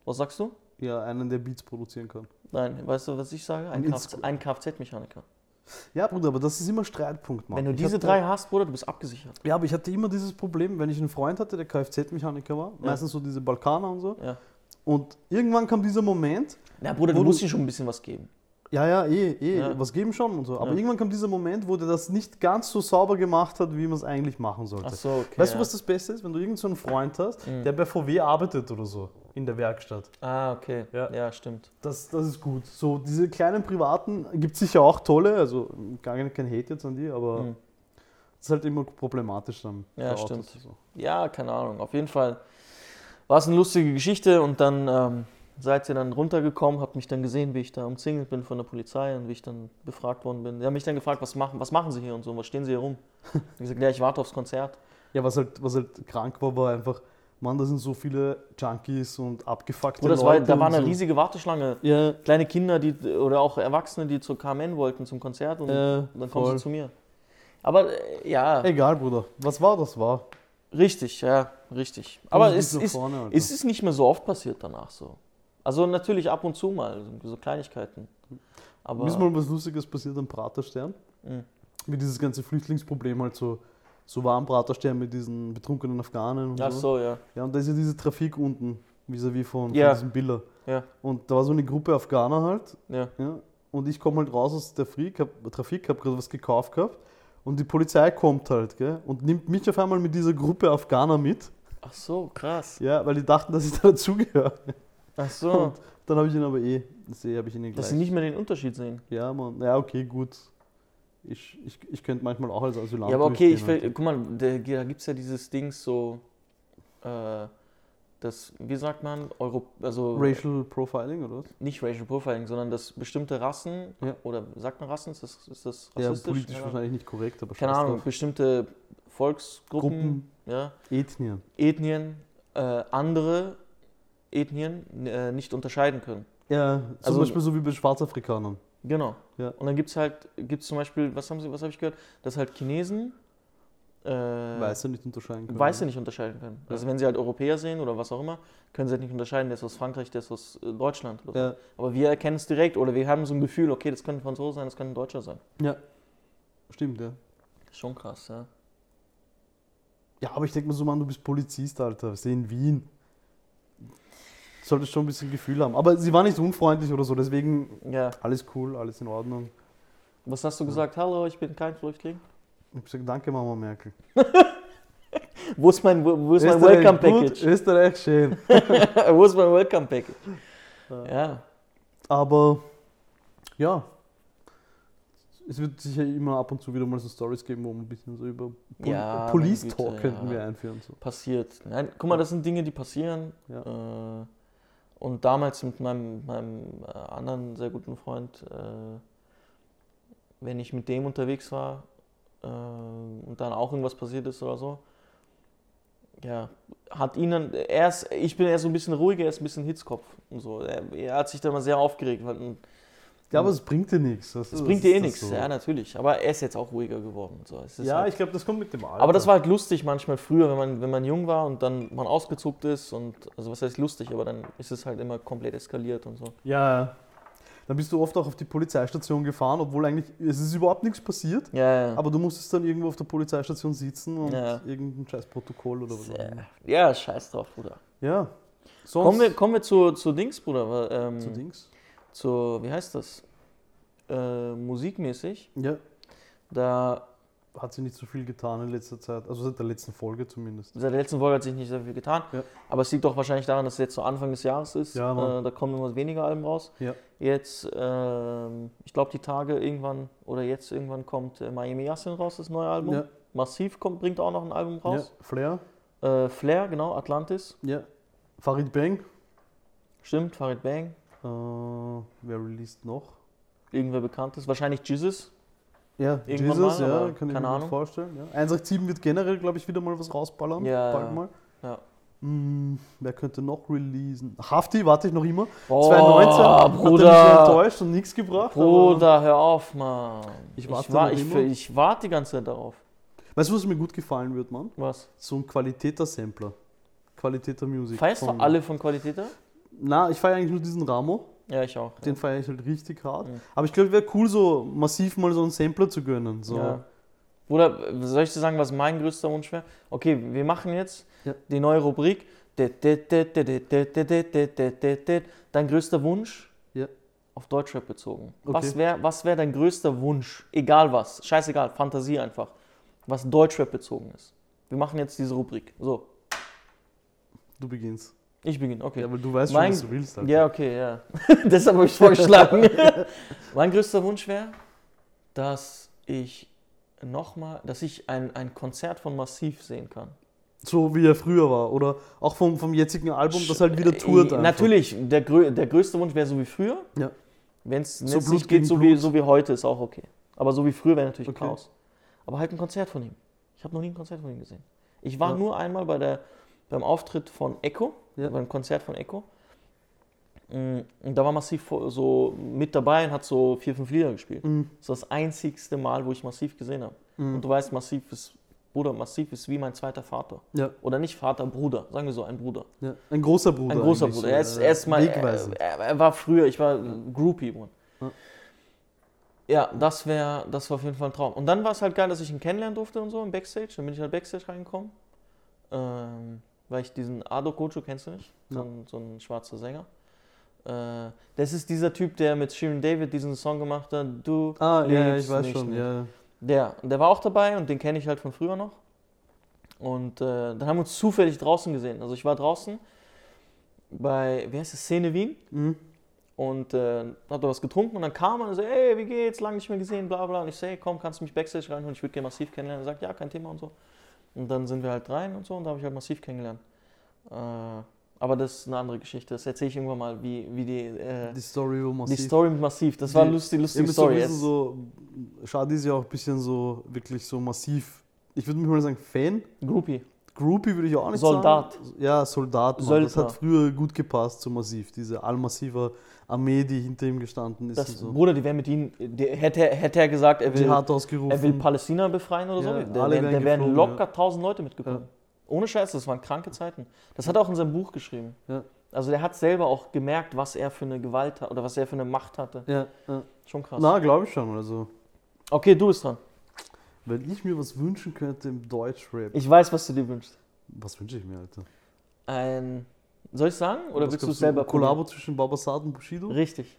S1: Was sagst du?
S2: ja, einen, der Beats produzieren kann.
S1: Nein, weißt du, was ich sage? Ein,
S2: Ein
S1: Kfz,
S2: Ins-
S1: ein Kfz-Mechaniker.
S2: Ja, Bruder, aber das ist immer Streitpunkt, Mann.
S1: Wenn du
S2: Ich
S1: diese
S2: hatte-
S1: drei hast, Bruder, du bist abgesichert.
S2: Ja, aber ich hatte immer dieses Problem, wenn ich einen Freund hatte, der Kfz-Mechaniker war, meistens so diese Balkaner und so.
S1: Ja.
S2: Und irgendwann kam dieser Moment,
S1: Na, Bruder, du
S2: Wo du-
S1: musst ihm schon ein bisschen was geben.
S2: ja, ja, eh, eh,
S1: Ja.
S2: was geben schon und so. Aber
S1: Ja.
S2: irgendwann kam dieser Moment, wo der das nicht ganz so sauber gemacht hat, wie man es eigentlich machen sollte.
S1: Ach so, okay.
S2: Weißt du,
S1: ja.
S2: was das Beste ist? Wenn du irgendeinen so einen Freund hast,
S1: Mhm.
S2: der bei VW arbeitet oder so, in der Werkstatt.
S1: Ah, okay. Ja,
S2: Ja.
S1: stimmt.
S2: Das, das ist gut. So, diese kleinen privaten gibt es sicher auch tolle, also gar kein Hate jetzt an die, aber
S1: Mhm.
S2: das ist halt immer problematisch dann.
S1: Ja,
S2: bei Autos
S1: stimmt.
S2: und So.
S1: Ja, keine Ahnung. Auf jeden Fall war es eine lustige Geschichte und dann ähm, seid ihr dann runtergekommen, habt mich dann gesehen, wie ich da umzingelt bin von der Polizei und wie ich dann befragt worden bin. Die haben mich dann gefragt, was machen, was machen Sie hier und so, was stehen Sie hier rum? [laughs] Ich hab gesagt, ja, ich warte aufs Konzert.
S2: Ja, was halt, was halt krank war, war einfach, Mann, da sind so viele Junkies und abgefuckte
S1: Oder es war,
S2: Leute.
S1: da war
S2: und
S1: eine
S2: so.
S1: riesige Warteschlange.
S2: Ja,
S1: Kleine Kinder die, oder auch Erwachsene, die zur KMN wollten, zum Konzert und
S2: äh,
S1: dann kommen
S2: voll.
S1: sie zu mir. Aber äh, ja,
S2: Egal, Bruder. Was war, das war.
S1: richtig, ja, richtig. Aber
S2: Komm,
S1: es
S2: so
S1: ist,
S2: vorne, Alter.
S1: Es ist nicht mehr so oft passiert danach so. Also natürlich ab und zu mal, so- so Kleinigkeiten. Aber
S2: Mir ist mal was Lustiges passiert am Praterstern.
S1: Mhm.
S2: Wie dieses ganze Flüchtlingsproblem halt so, so war am Praterstern mit diesen betrunkenen Afghanen und
S1: ach so, ja.
S2: Ja, und da ist ja diese Trafik unten, vis-à-vis von,
S1: Ja.
S2: von diesem Biller.
S1: Ja.
S2: Und da war so eine Gruppe Afghaner halt.
S1: Ja.
S2: Ja, und ich komme halt raus aus der Freak, hab, Trafik, hab gerade was gekauft gehabt. Und die Polizei kommt halt, gell? Und nimmt mich auf einmal mit dieser Gruppe Afghaner mit.
S1: Ach so, krass.
S2: Ja, weil die dachten, dass ich [laughs] da dazugehöre.
S1: Ach so,
S2: Und dann habe ich ihn aber eh, das eh habe ich ihn
S1: dass
S2: gleich.
S1: sie nicht mehr den Unterschied sehen.
S2: Ja, Mann. Ja, okay, gut. Ich, ich, ich könnte manchmal auch als Asylant
S1: ja, aber okay, ich
S2: durchgehen
S1: ver- guck mal, der, da gibt es ja dieses Ding so, äh, das, wie sagt man, Euro, also
S2: und- ne? Racial Profiling, oder was?
S1: nicht Racial Profiling, sondern dass bestimmte Rassen,
S2: Ja.
S1: oder sagt man Rassen, ist das, ist das rassistisch?
S2: Ja, Also politisch
S1: Keine Ahnung.
S2: wahrscheinlich nicht korrekt, aber
S1: Keine
S2: scheiß
S1: Ahnung,
S2: drauf.
S1: bestimmte Volksgruppen,
S2: Gruppen,
S1: ja,
S2: Ethnien.
S1: Ethnien, äh, andere Ethnien äh, nicht unterscheiden können.
S2: Ja, zum
S1: Also-
S2: Beispiel so wie bei Schwarzafrikanern.
S1: Genau.
S2: Ja.
S1: Und dann gibt es halt, gibt es zum Beispiel, was haben Sie, was habe ich gehört, dass halt Chinesen äh, Weiße,
S2: Weiße nicht unterscheiden können.
S1: nicht unterscheiden können.
S2: Ja.
S1: Also wenn sie halt Europäer sehen oder was auch immer, können sie halt nicht unterscheiden, der ist aus Frankreich, der ist aus äh, Deutschland. Oder so.
S2: Ja,
S1: Aber wir erkennen es direkt oder wir haben so ein Gefühl, okay, das könnte ein Franzose sein, das könnte ein Deutscher sein.
S2: stimmt, ja.
S1: Schon krass, ja.
S2: Ja, aber ich denke mir so, Mann, du bist Polizist, Alter. Wir in Wien. Solltest schon ein bisschen Gefühl haben. Aber sie war nicht unfreundlich oder so, deswegen
S1: Ja.
S2: alles cool, alles in Ordnung.
S1: Was hast du gesagt? Hallo, ich bin kein Flüchtling.
S2: Ich hab gesagt, danke, Mama Merkel.
S1: Wo ist mein, wo wo ist mein
S2: Österreich
S1: Welcome
S2: gut,
S1: Package?
S2: Österreich schön.
S1: [laughs] wo ist mein Welcome Package?
S2: Ja.
S1: ja.
S2: Aber ja, es wird sicher immer ab und zu wieder mal so Stories geben, wo man ein bisschen so über Pol
S1: Ja, meine
S2: Police
S1: Güte,
S2: Talk könnten
S1: ja.
S2: wir einführen. So.
S1: passiert. Nein, guck mal, das sind Dinge, die passieren. Äh, und damals mit meinem, meinem äh, anderen sehr guten Freund, äh, wenn ich mit dem unterwegs war äh, und dann auch irgendwas passiert ist oder so, ja, hat ihn dann, er ist, ich bin eher so ein bisschen ruhiger, er ist ein bisschen Hitzkopf und so. Er, er hat sich dann mal sehr aufgeregt. Weil,
S2: Ja, aber es bringt dir nichts. Das,
S1: das bringt dir eh nichts, ja, natürlich. Aber er ist jetzt auch ruhiger geworden. und So. Es ist
S2: Ja,
S1: halt-
S2: ich glaube, das kommt mit dem Alter.
S1: Aber das war halt lustig manchmal früher, wenn man, wenn man jung war und dann man ausgezuckt ist und also was heißt lustig, aber dann ist es halt immer komplett eskaliert und so.
S2: Ja, ja. Dann bist du oft auch auf die Polizeistation gefahren, obwohl eigentlich, es ist überhaupt nichts passiert,
S1: Ja, ja.
S2: aber du musstest dann irgendwo auf der Polizeistation sitzen und
S1: Ja.
S2: irgendein scheiß Protokoll oder was. auch immer.
S1: Sehr- äh, ja, scheiß drauf, Bruder.
S2: Ja. Sonst
S1: Kommen wir, kommen wir zu, zu Dings, Bruder. weil, Ähm,
S2: zu
S1: zu,
S2: Dings.
S1: wie heißt das? Äh, musikmäßig.
S2: Ja.
S1: Da
S2: Hat sich nicht so viel getan in letzter Zeit, also seit der letzten Folge zumindest.
S1: seit der letzten Folge hat sich nicht sehr viel getan.
S2: Ja.
S1: Aber es liegt doch wahrscheinlich daran, dass es jetzt so Anfang des Jahres ist.
S2: Ja, Mann.
S1: äh, da kommen immer weniger Alben raus.
S2: Ja.
S1: Jetzt, ähm, ich glaube, die Tage irgendwann oder jetzt irgendwann kommt äh, Miami Yassin raus, das neue Album.
S2: Ja.
S1: Massiv kommt, bringt auch noch ein Album
S2: Ja.
S1: raus.
S2: Flair?
S1: Äh, Flair, genau, Atlantis.
S2: Ja. Farid Bang.
S1: Stimmt, Farid Bang.
S2: Äh, wer released noch?
S1: Irgendwer Bekanntes. Wahrscheinlich Jesus.
S2: Ja,
S1: Irgendwann
S2: Jesus,
S1: mal,
S2: ja,
S1: aber
S2: kann
S1: keine
S2: ich mir gut
S1: Ahnung.
S2: vorstellen. Ja. 187 wird generell, glaube ich, wieder mal was rausballern.
S1: Ja,
S2: bald
S1: ja.
S2: mal.
S1: Ja.
S2: Hm, wer könnte noch releasen? Hafti warte ich noch immer.
S1: Boah,
S2: 2019 hat er mich
S1: Oh, Bruder.
S2: enttäuscht und nichts gebracht. aber-
S1: Bruder, hör auf, Mann.
S2: Ich warte
S1: wa-
S2: noch
S1: ich,
S2: immer.
S1: ich warte die ganze Zeit darauf.
S2: Weißt du, was mir gut gefallen wird, Mann?
S1: Was?
S2: So ein Qualitäter-Sampler. Qualitäter Music.
S1: Feierst du
S2: von-
S1: alle von Qualität?
S2: Na, ich feiere eigentlich nur diesen Ramo.
S1: Ja, ich auch.
S2: Den feiere ich halt richtig hart.
S1: Mhm.
S2: Aber ich glaube, wäre cool, so massiv mal so einen Sampler zu gönnen. So.
S1: Ja. Bruder, soll ich dir sagen, was mein größter Wunsch wäre? Okay, wir machen jetzt
S2: Ja.
S1: die neue Rubrik. Det, det, det, det, det, det, det, det, det, det, det, det. Dein größter Wunsch
S2: Ja.
S1: auf Deutschrap bezogen.
S2: Okay.
S1: Was wäre was wär dein größter Wunsch? Egal was, scheißegal, Fantasie einfach. Was Deutschrap bezogen ist. Wir machen jetzt diese Rubrik. So,
S2: Du beginnst.
S1: ich beginne. Okay.
S2: Ja, weil du weißt
S1: Mein-
S2: schon, was du willst. halt. Alter.
S1: Ja, okay, ja. [laughs] Deshalb habe ich vorgeschlagen. mein größter Wunsch wäre, dass ich nochmal, dass ich ein, ein Konzert von Massiv sehen kann.
S2: So wie er früher war. Oder auch vom, vom jetzigen Album, das halt wieder tourt.
S1: Äh,
S2: einfach.
S1: Natürlich, der, grö der größte Wunsch wäre so wie früher.
S2: Ja.
S1: Wenn es
S2: So Blut
S1: nicht
S2: gegen
S1: geht, so wie,
S2: Blut.
S1: so wie heute, ist auch okay. Aber so wie früher wäre natürlich
S2: Okay.
S1: Chaos. Aber halt ein Konzert von ihm. Ich habe noch nie ein Konzert von ihm gesehen. Ich war
S2: Ja.
S1: nur einmal bei der, beim Auftritt von Echo,
S2: Ja.
S1: beim Konzert von Echo. Mm, Und da war Massiv vor- so mit dabei und hat so vier, fünf Lieder gespielt.
S2: Mhm.
S1: Das war das einzigste Mal, wo ich Massiv gesehen habe.
S2: Mhm.
S1: Und du weißt, Massiv ist, Bruder, Massiv ist wie mein zweiter Vater.
S2: Ja.
S1: Oder nicht Vater, Bruder, sagen wir so, ein Bruder.
S2: Ja. Ein großer Bruder.
S1: Ein großer
S2: eigentlich,
S1: Bruder.
S2: so,
S1: er ist
S2: äh,
S1: erstmal. Er,
S2: Wegweisend.
S1: er, er war früher, ich war Groupie. Mann.
S2: Ja.
S1: Ja, das wäre das war auf jeden Fall ein Traum. Und dann war es halt geil, dass ich ihn kennenlernen durfte und so im Backstage. Dann bin ich halt Backstage reingekommen. Ähm, weil ich diesen Ado Kocho, kennst du nicht? So,
S2: Ja.
S1: ein, so ein schwarzer Sänger. Äh, das ist dieser Typ, der mit Shirin David diesen Song gemacht hat. Du
S2: Ah, ja, ja, ich
S1: liebst
S2: weiß
S1: mich
S2: schon.
S1: nicht.
S2: Ja.
S1: der, und der war auch dabei und den kenne ich halt von früher noch. Und äh, dann haben wir uns zufällig draußen gesehen. Also ich war draußen bei, wie heißt es, Szene Wien
S2: Mhm.
S1: und äh, hab da was getrunken und dann kam er und so, ey, wie geht's, lange nicht mehr gesehen, bla bla. Und ich so, hey, komm, kannst du mich Backstage reinholen, ich würde gerne massiv kennenlernen. Er sagt, ja, kein Thema und so. Und dann sind wir halt rein und so und da habe ich halt massiv kennengelernt. Äh, aber das ist eine andere Geschichte, das erzähle ich irgendwann mal, wie, wie die, äh,
S2: Die Story über
S1: die
S2: Massiv.
S1: Story mit Massiv, das war
S2: Die-
S1: lustig,
S2: Ihr
S1: lustige
S2: müsst so
S1: Story.
S2: wissen,
S1: Es-
S2: so, Schadi ist ja auch ein bisschen so, wirklich so massiv, ich würde mich mal sagen, Fan.
S1: Groupie.
S2: Groupie würde ich auch nicht
S1: Soldat.
S2: sagen. Soldat. Ja, Soldat. Mann. Das
S1: Söldner.
S2: hat früher gut gepasst zu Massiv, diese allmassive Armee, die hinter ihm gestanden ist.
S1: Das,
S2: und so.
S1: Bruder, die wären mit ihm, der, hätte, er- hätte er gesagt, er will,
S2: Jihad ausgerufen.
S1: er will Palästina befreien oder
S2: Ja,
S1: so, der,
S2: alle
S1: der,
S2: wären
S1: der wären
S2: geflogen,
S1: locker
S2: ja.
S1: 1000 Leute mitgekommen. Ohne Scheiß, das waren kranke Zeiten. Das hat er auch in seinem Buch geschrieben.
S2: Ja.
S1: Also der hat selber auch gemerkt, was er für eine Gewalt hat oder was er für eine Macht hatte.
S2: ja, ja.
S1: Schon krass.
S2: Na, glaube ich schon. Also,
S1: Okay, du bist dran.
S2: wenn ich mir was wünschen könnte im Deutschrap.
S1: Ich weiß, was du dir wünschst.
S2: Was wünsche ich mir, Alter?
S1: Ein, soll ich sagen oder
S2: was
S1: willst du
S2: glaubst
S1: es selber
S2: Kollabo zwischen Babasat und Bushido?
S1: probieren? Richtig.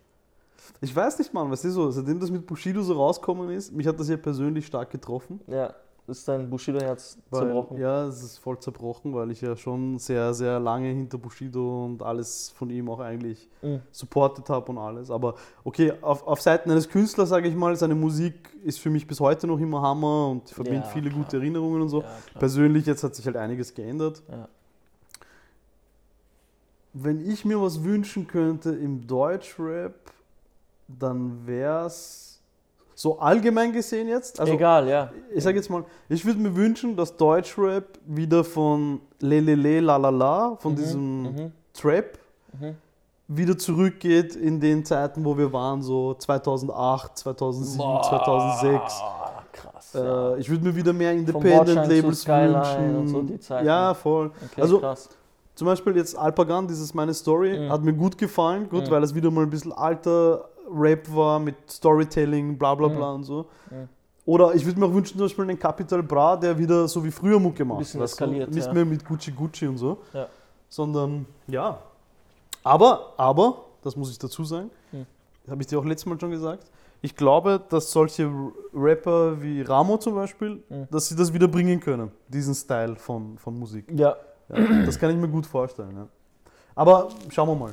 S2: Ich weiß nicht, Mann, was ist so? Seitdem das mit Bushido so rausgekommen ist, mich hat das ja persönlich stark getroffen.
S1: Ja, ist dein Bushido-Herz
S2: Weil,
S1: zerbrochen.
S2: Ja, es ist voll zerbrochen, weil ich ja schon sehr, sehr lange hinter Bushido und alles von ihm auch eigentlich
S1: Mhm.
S2: supportet habe und alles. Aber okay, auf, auf Seiten eines Künstlers, sage ich mal, seine Musik ist für mich bis heute noch immer Hammer und ich verbinde
S1: Ja,
S2: viele
S1: klar.
S2: gute Erinnerungen und so.
S1: Ja, klar.
S2: Persönlich, jetzt hat sich halt einiges geändert.
S1: Ja.
S2: Wenn ich mir was wünschen könnte im Deutschrap, dann wär's so allgemein gesehen jetzt. Also
S1: Egal, ja.
S2: ich sage jetzt mal, ich würde mir wünschen, dass Deutschrap wieder von Lelele Lalala, von
S1: Mhm,
S2: diesem
S1: mhm,
S2: Trap,
S1: mhm.
S2: wieder zurückgeht in den Zeiten, wo wir waren, so 2008, 2007, 2006.
S1: Boah, Krass. ja.
S2: Äh, ich würde mir wieder mehr
S1: Wortschein zu
S2: Independent-Labels
S1: Skyline
S2: wünschen.
S1: und so die Zeiten.
S2: Ja, voll.
S1: Okay,
S2: also-
S1: krass.
S2: Zum Beispiel jetzt Alpagan, dieses meine Story,
S1: Mhm.
S2: hat mir gut gefallen, gut,
S1: Mhm.
S2: weil es wieder mal ein bisschen alter Rap war mit Storytelling, bla bla bla und so.
S1: Mhm.
S2: Oder ich würde mir auch wünschen, zum Beispiel einen Capital Bra, der wieder so wie früher Mucke macht.
S1: bisschen
S2: weißt du?
S1: eskaliert,
S2: Nicht
S1: ja.
S2: mehr mit Gucci Gucci und so,
S1: Ja.
S2: sondern ja. Aber, aber, das muss ich dazu sagen,
S1: Mhm.
S2: habe ich dir auch letztes Mal schon gesagt, ich glaube, dass solche R- Rapper wie Ramo zum Beispiel,
S1: Mhm.
S2: dass sie das wieder bringen können, diesen Style von, von Musik.
S1: Ja,
S2: Ja, das kann ich mir gut vorstellen. Ja. Aber schauen wir mal.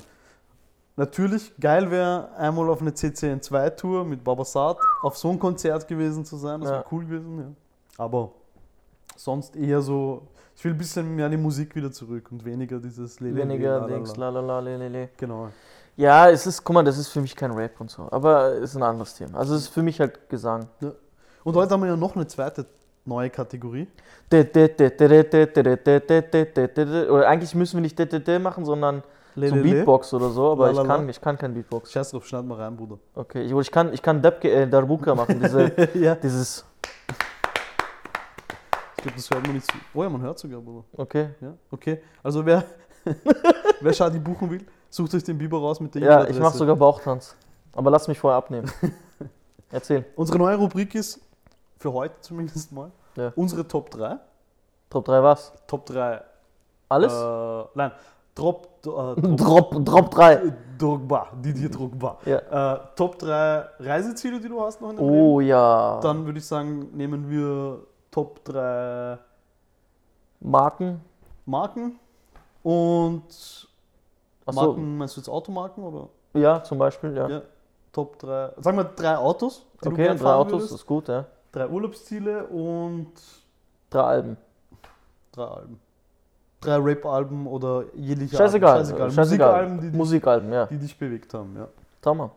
S2: Natürlich, geil wäre einmal auf eine CCN2-Tour mit Babasat auf so ein Konzert gewesen zu sein. Das
S1: Ja.
S2: wäre cool gewesen. Ja. Aber sonst eher so Ich will ein bisschen mehr an die Musik wieder zurück und weniger dieses Lele.
S1: Weniger
S2: lalala.
S1: Dings, lalala, lelele.
S2: Genau.
S1: Ja, es ist, guck mal, das ist für mich kein Rap und so. Aber es ist ein anderes Thema. Also es ist für mich halt Gesang.
S2: Und heute haben wir ja noch eine zweite neue Kategorie.
S1: Oder eigentlich müssen wir nicht dä, dä, dä machen, sondern so
S2: Lelele.
S1: Beatbox oder so, aber ich
S2: Lalala.
S1: kann, ich kann kein Beatbox.
S2: Scheiß drauf, schneid mal rein,
S1: [laughs]
S2: Bruder.
S1: Okay, ich, ich kann, ich kann Debke, äh, Darbuka machen, [laughs] diese,
S2: ja.
S1: dieses,
S2: Ich glaube, das hört man nicht so. Oh ja, man hört sogar, Bruder.
S1: okay.
S2: Ja, okay. Also wer, [laughs] wer Shadi buchen will, sucht euch den Biber raus mit der
S1: Ja, ich
S2: E-Mail-Adresse.
S1: mache sogar Bauchtanz. Aber lass mich vorher [laughs] abnehmen. Erzähl,
S2: Unsere neue Rubrik ist, für heute zumindest mal,
S1: Ja.
S2: unsere Top 3.
S1: Top 3 was?
S2: Top 3.
S1: Alles?
S2: Äh, nein, Drop, äh, Drop,
S1: Drop, Drop 3.
S2: Drogba, Didier Drogba. Äh, Top 3 Reiseziele, die du hast noch in deinem Leben.
S1: Oh ja.
S2: Dann würde ich sagen, nehmen wir Top 3
S1: Marken.
S2: Marken. Und
S1: Achso,
S2: Marken, meinst du jetzt Automarken? Oder?
S1: ja, zum Beispiel, ja.
S2: Ja. Top 3, sagen wir drei Autos. die du
S1: Okay,
S2: gern
S1: drei
S2: fahren
S1: Autos,
S2: würdest.
S1: ist gut, ja.
S2: Drei Urlaubsziele und
S1: Drei Alben.
S2: drei Alben. Drei Rap-Alben oder jegliche
S1: Scheißegal.
S2: Alben. Scheißegal. Musikalben, die,
S1: Scheißegal.
S2: dich-
S1: Musikalben, ja.
S2: die dich bewegt haben. Ja,
S1: Trauma.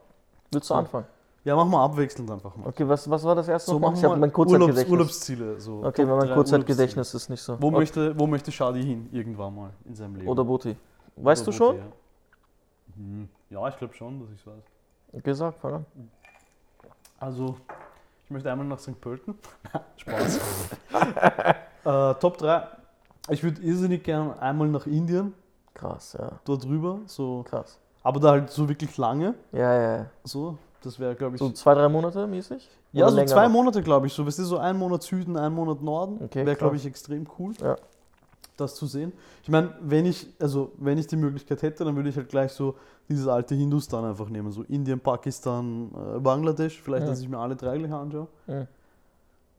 S1: Willst du
S2: So.
S1: anfangen?
S2: ja machen wir abwechselnd einfach mal.
S1: Okay, was, was war das erste
S2: So
S1: nochmal?
S2: machen
S1: Ich
S2: wir
S1: hab mein
S2: Urlaubs,
S1: Kurzzeitgedächtnis.
S2: Urlaubsziele. So.
S1: okay,
S2: Top
S1: weil mein
S2: drei
S1: Kurzzeitgedächtnis ist nicht so.
S2: Urlaubsziele. Wo,
S1: Okay.
S2: möchte, wo möchte Shadi hin irgendwann mal in seinem Leben?
S1: Oder Booty. Weißt
S2: Oder
S1: du
S2: wo
S1: schon?
S2: der- Mhm. Ja, ich glaube schon, dass ich es weiß.
S1: Okay, sag, fang an.
S2: Also, ich möchte einmal nach St. Pölten. [laughs]
S1: [laughs]
S2: Spaß. äh, Top 3. Ich würde irrsinnig gern einmal nach Indien,
S1: Krass, ja.
S2: dort rüber, so.
S1: Krass.
S2: Aber da halt so wirklich lange,
S1: Ja, ja, ja.
S2: so. Das wäre, glaube ich,
S1: So zwei, drei Monate mäßig?
S2: ja,
S1: Oder
S2: so
S1: länger
S2: zwei
S1: noch?
S2: Monate, glaube ich, so. Weißt du, so ein Monat Süden, ein Monat Norden.
S1: Okay,
S2: wäre,
S1: klar.
S2: glaube ich, extrem cool,
S1: Ja.
S2: das zu sehen. Ich meine, wenn ich, also, wenn ich die Möglichkeit hätte, dann würde ich halt gleich so dieses alte Hindustan einfach nehmen. So Indien, Pakistan, äh, Bangladesch. Vielleicht,
S1: Mhm.
S2: dass ich mir alle drei gleich anschaue.
S1: Mhm.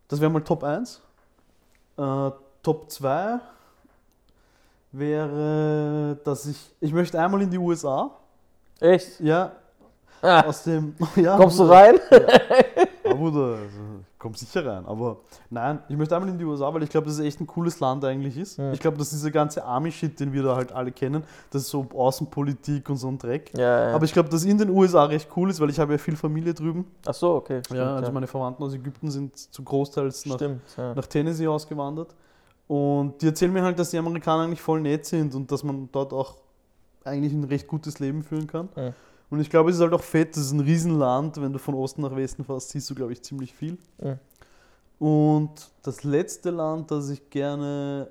S2: Das wäre mal Top 1. Äh, Top 2 wäre, dass ich, ich möchte einmal in die USA.
S1: Echt?
S2: Ja,
S1: Ah,
S2: aus dem, [laughs] ja.
S1: kommst du
S2: Bruder.
S1: rein?
S2: Ja, Bruder, also, komm sicher rein. Aber nein, ich möchte einmal in die USA, weil ich glaube, dass es echt ein cooles Land eigentlich ist.
S1: Ja.
S2: Ich glaube, dass dieser ganze Army-Shit, den wir da halt alle kennen, das ist so Außenpolitik und so ein Dreck.
S1: Ja, ja.
S2: Aber ich glaube, dass in den USA recht cool ist, weil ich habe ja viel Familie drüben.
S1: Ach so, okay. Stimmt,
S2: ja, also meine Verwandten aus Ägypten sind zu großteils nach,
S1: Stimmt, ja.
S2: nach Tennessee ausgewandert. Und die erzählen mir halt, dass die Amerikaner eigentlich voll nett sind und dass man dort auch eigentlich ein recht gutes Leben führen kann.
S1: Ja.
S2: Und ich glaube, es ist halt auch fett, das ist ein Riesenland. Wenn du von Osten nach Westen fährst, siehst du, glaube ich, ziemlich viel.
S1: Ja.
S2: Und das letzte Land, das ich gerne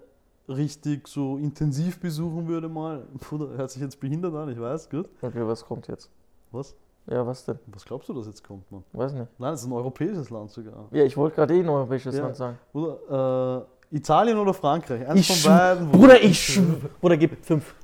S2: richtig so intensiv besuchen würde mal, [laughs] Bruder, hört sich jetzt behindert an, ich weiß, gut.
S1: Okay, was kommt jetzt?
S2: Was?
S1: Ja, was denn?
S2: Was glaubst du, dass jetzt kommt, Mann?
S1: Weiß nicht.
S2: Nein, es ist ein europäisches Land sogar.
S1: Ja, ich wollte gerade eh ein europäisches
S2: Ja.
S1: Land sagen.
S2: Bruder, äh, Italien oder Frankreich? Eins
S1: Ich
S2: von
S1: schw-
S2: beiden.
S1: Bruder, ich schwör. Bruder, gib fünf.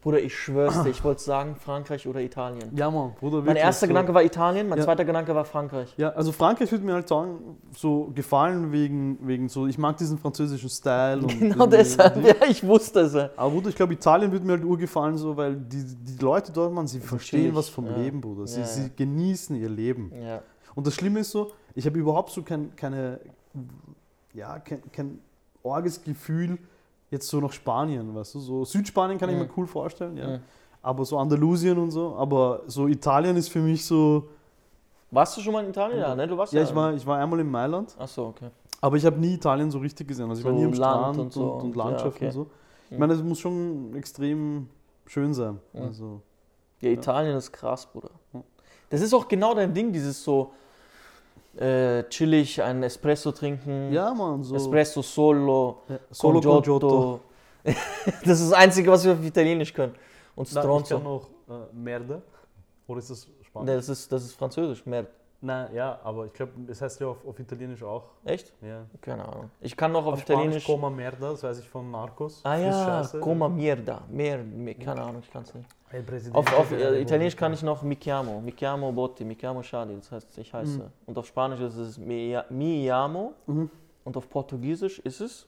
S1: Bruder, ich schwör's dir, ich wollte sagen Frankreich oder Italien.
S2: Ja, Mann, Bruder,
S1: Mein
S2: wirklich,
S1: erster
S2: so.
S1: Gedanke war Italien, mein
S2: Ja.
S1: zweiter Gedanke war Frankreich.
S2: Ja, also Frankreich würde mir halt sagen, so gefallen wegen, wegen so, ich mag diesen französischen Style. Und
S1: Genau
S2: irgendwie-
S1: deshalb, ja, ich wusste es. ja.
S2: Aber Bruder, ich glaube, Italien würde mir halt urgefallen, so, weil die, die Leute dort, man, sie verstehen was vom
S1: ja.
S2: Leben, Bruder.
S1: Ja,
S2: Sie,
S1: ja.
S2: sie genießen ihr Leben.
S1: Ja,
S2: Und das Schlimme ist so, ich habe überhaupt so kein, keine, ja, kein, kein orges Gefühl jetzt so nach Spanien, weißt du? So Südspanien kann ich
S1: Mhm.
S2: mir cool vorstellen, ja.
S1: Mhm.
S2: Aber so Andalusien und so, aber so Italien ist für mich so.
S1: Warst du schon mal in Italien? Ja, ne? Du warst
S2: Ja, ich war, ich war einmal in Mailand,
S1: Ach so, okay.
S2: aber ich habe nie Italien so richtig gesehen. Also ich war
S1: So
S2: nie am
S1: Land
S2: Strand
S1: und
S2: und,
S1: so
S2: und,
S1: und- ja,
S2: Landschaft
S1: okay.
S2: und so. Ich
S1: Mhm.
S2: meine, es muss schon extrem schön sein.
S1: Mhm.
S2: Also,
S1: Ja,
S2: Ja.
S1: Italien ist krass, Bruder.
S2: Ja.
S1: Das ist auch genau dein Ding, dieses so äh, chillig, einen Espresso trinken.
S2: ja, man, so.
S1: Espresso solo,
S2: Ja,
S1: solo
S2: Solo con Giotto.
S1: Giotto. [laughs] das ist das Einzige, was wir auf Italienisch können. Und
S3: Nein, ich kann
S1: Stronzo.
S3: noch äh, Merde. Oder ist das
S1: Ne,
S3: Spanisch?
S1: das, ist, das ist Französisch, mehr.
S3: Nein, ja, aber ich glaube, es heißt ja auf, auf Italienisch auch.
S1: Echt?
S3: Ja.
S1: Keine Ahnung. Ich kann noch auf,
S3: Auf Spanisch
S1: Italienisch.
S3: Coma Merda, das weiß ich von Narcos.
S1: ah
S3: Friss
S1: ja,
S3: Scheiße.
S1: Coma Mierda. Mer, mi- keine Ahnung, ich kann es nicht.
S3: El Presidente
S1: Auf, auf
S3: de la
S1: äh, Italienisch
S3: Repubblica.
S1: kann ich noch Mi chiamo, Mi chiamo Botti, Mi chiamo Shadi, das heißt, ich heiße. Und auf Spanisch ist es Mi, mi chiamo
S2: Mhm.
S1: und auf Portugiesisch ist es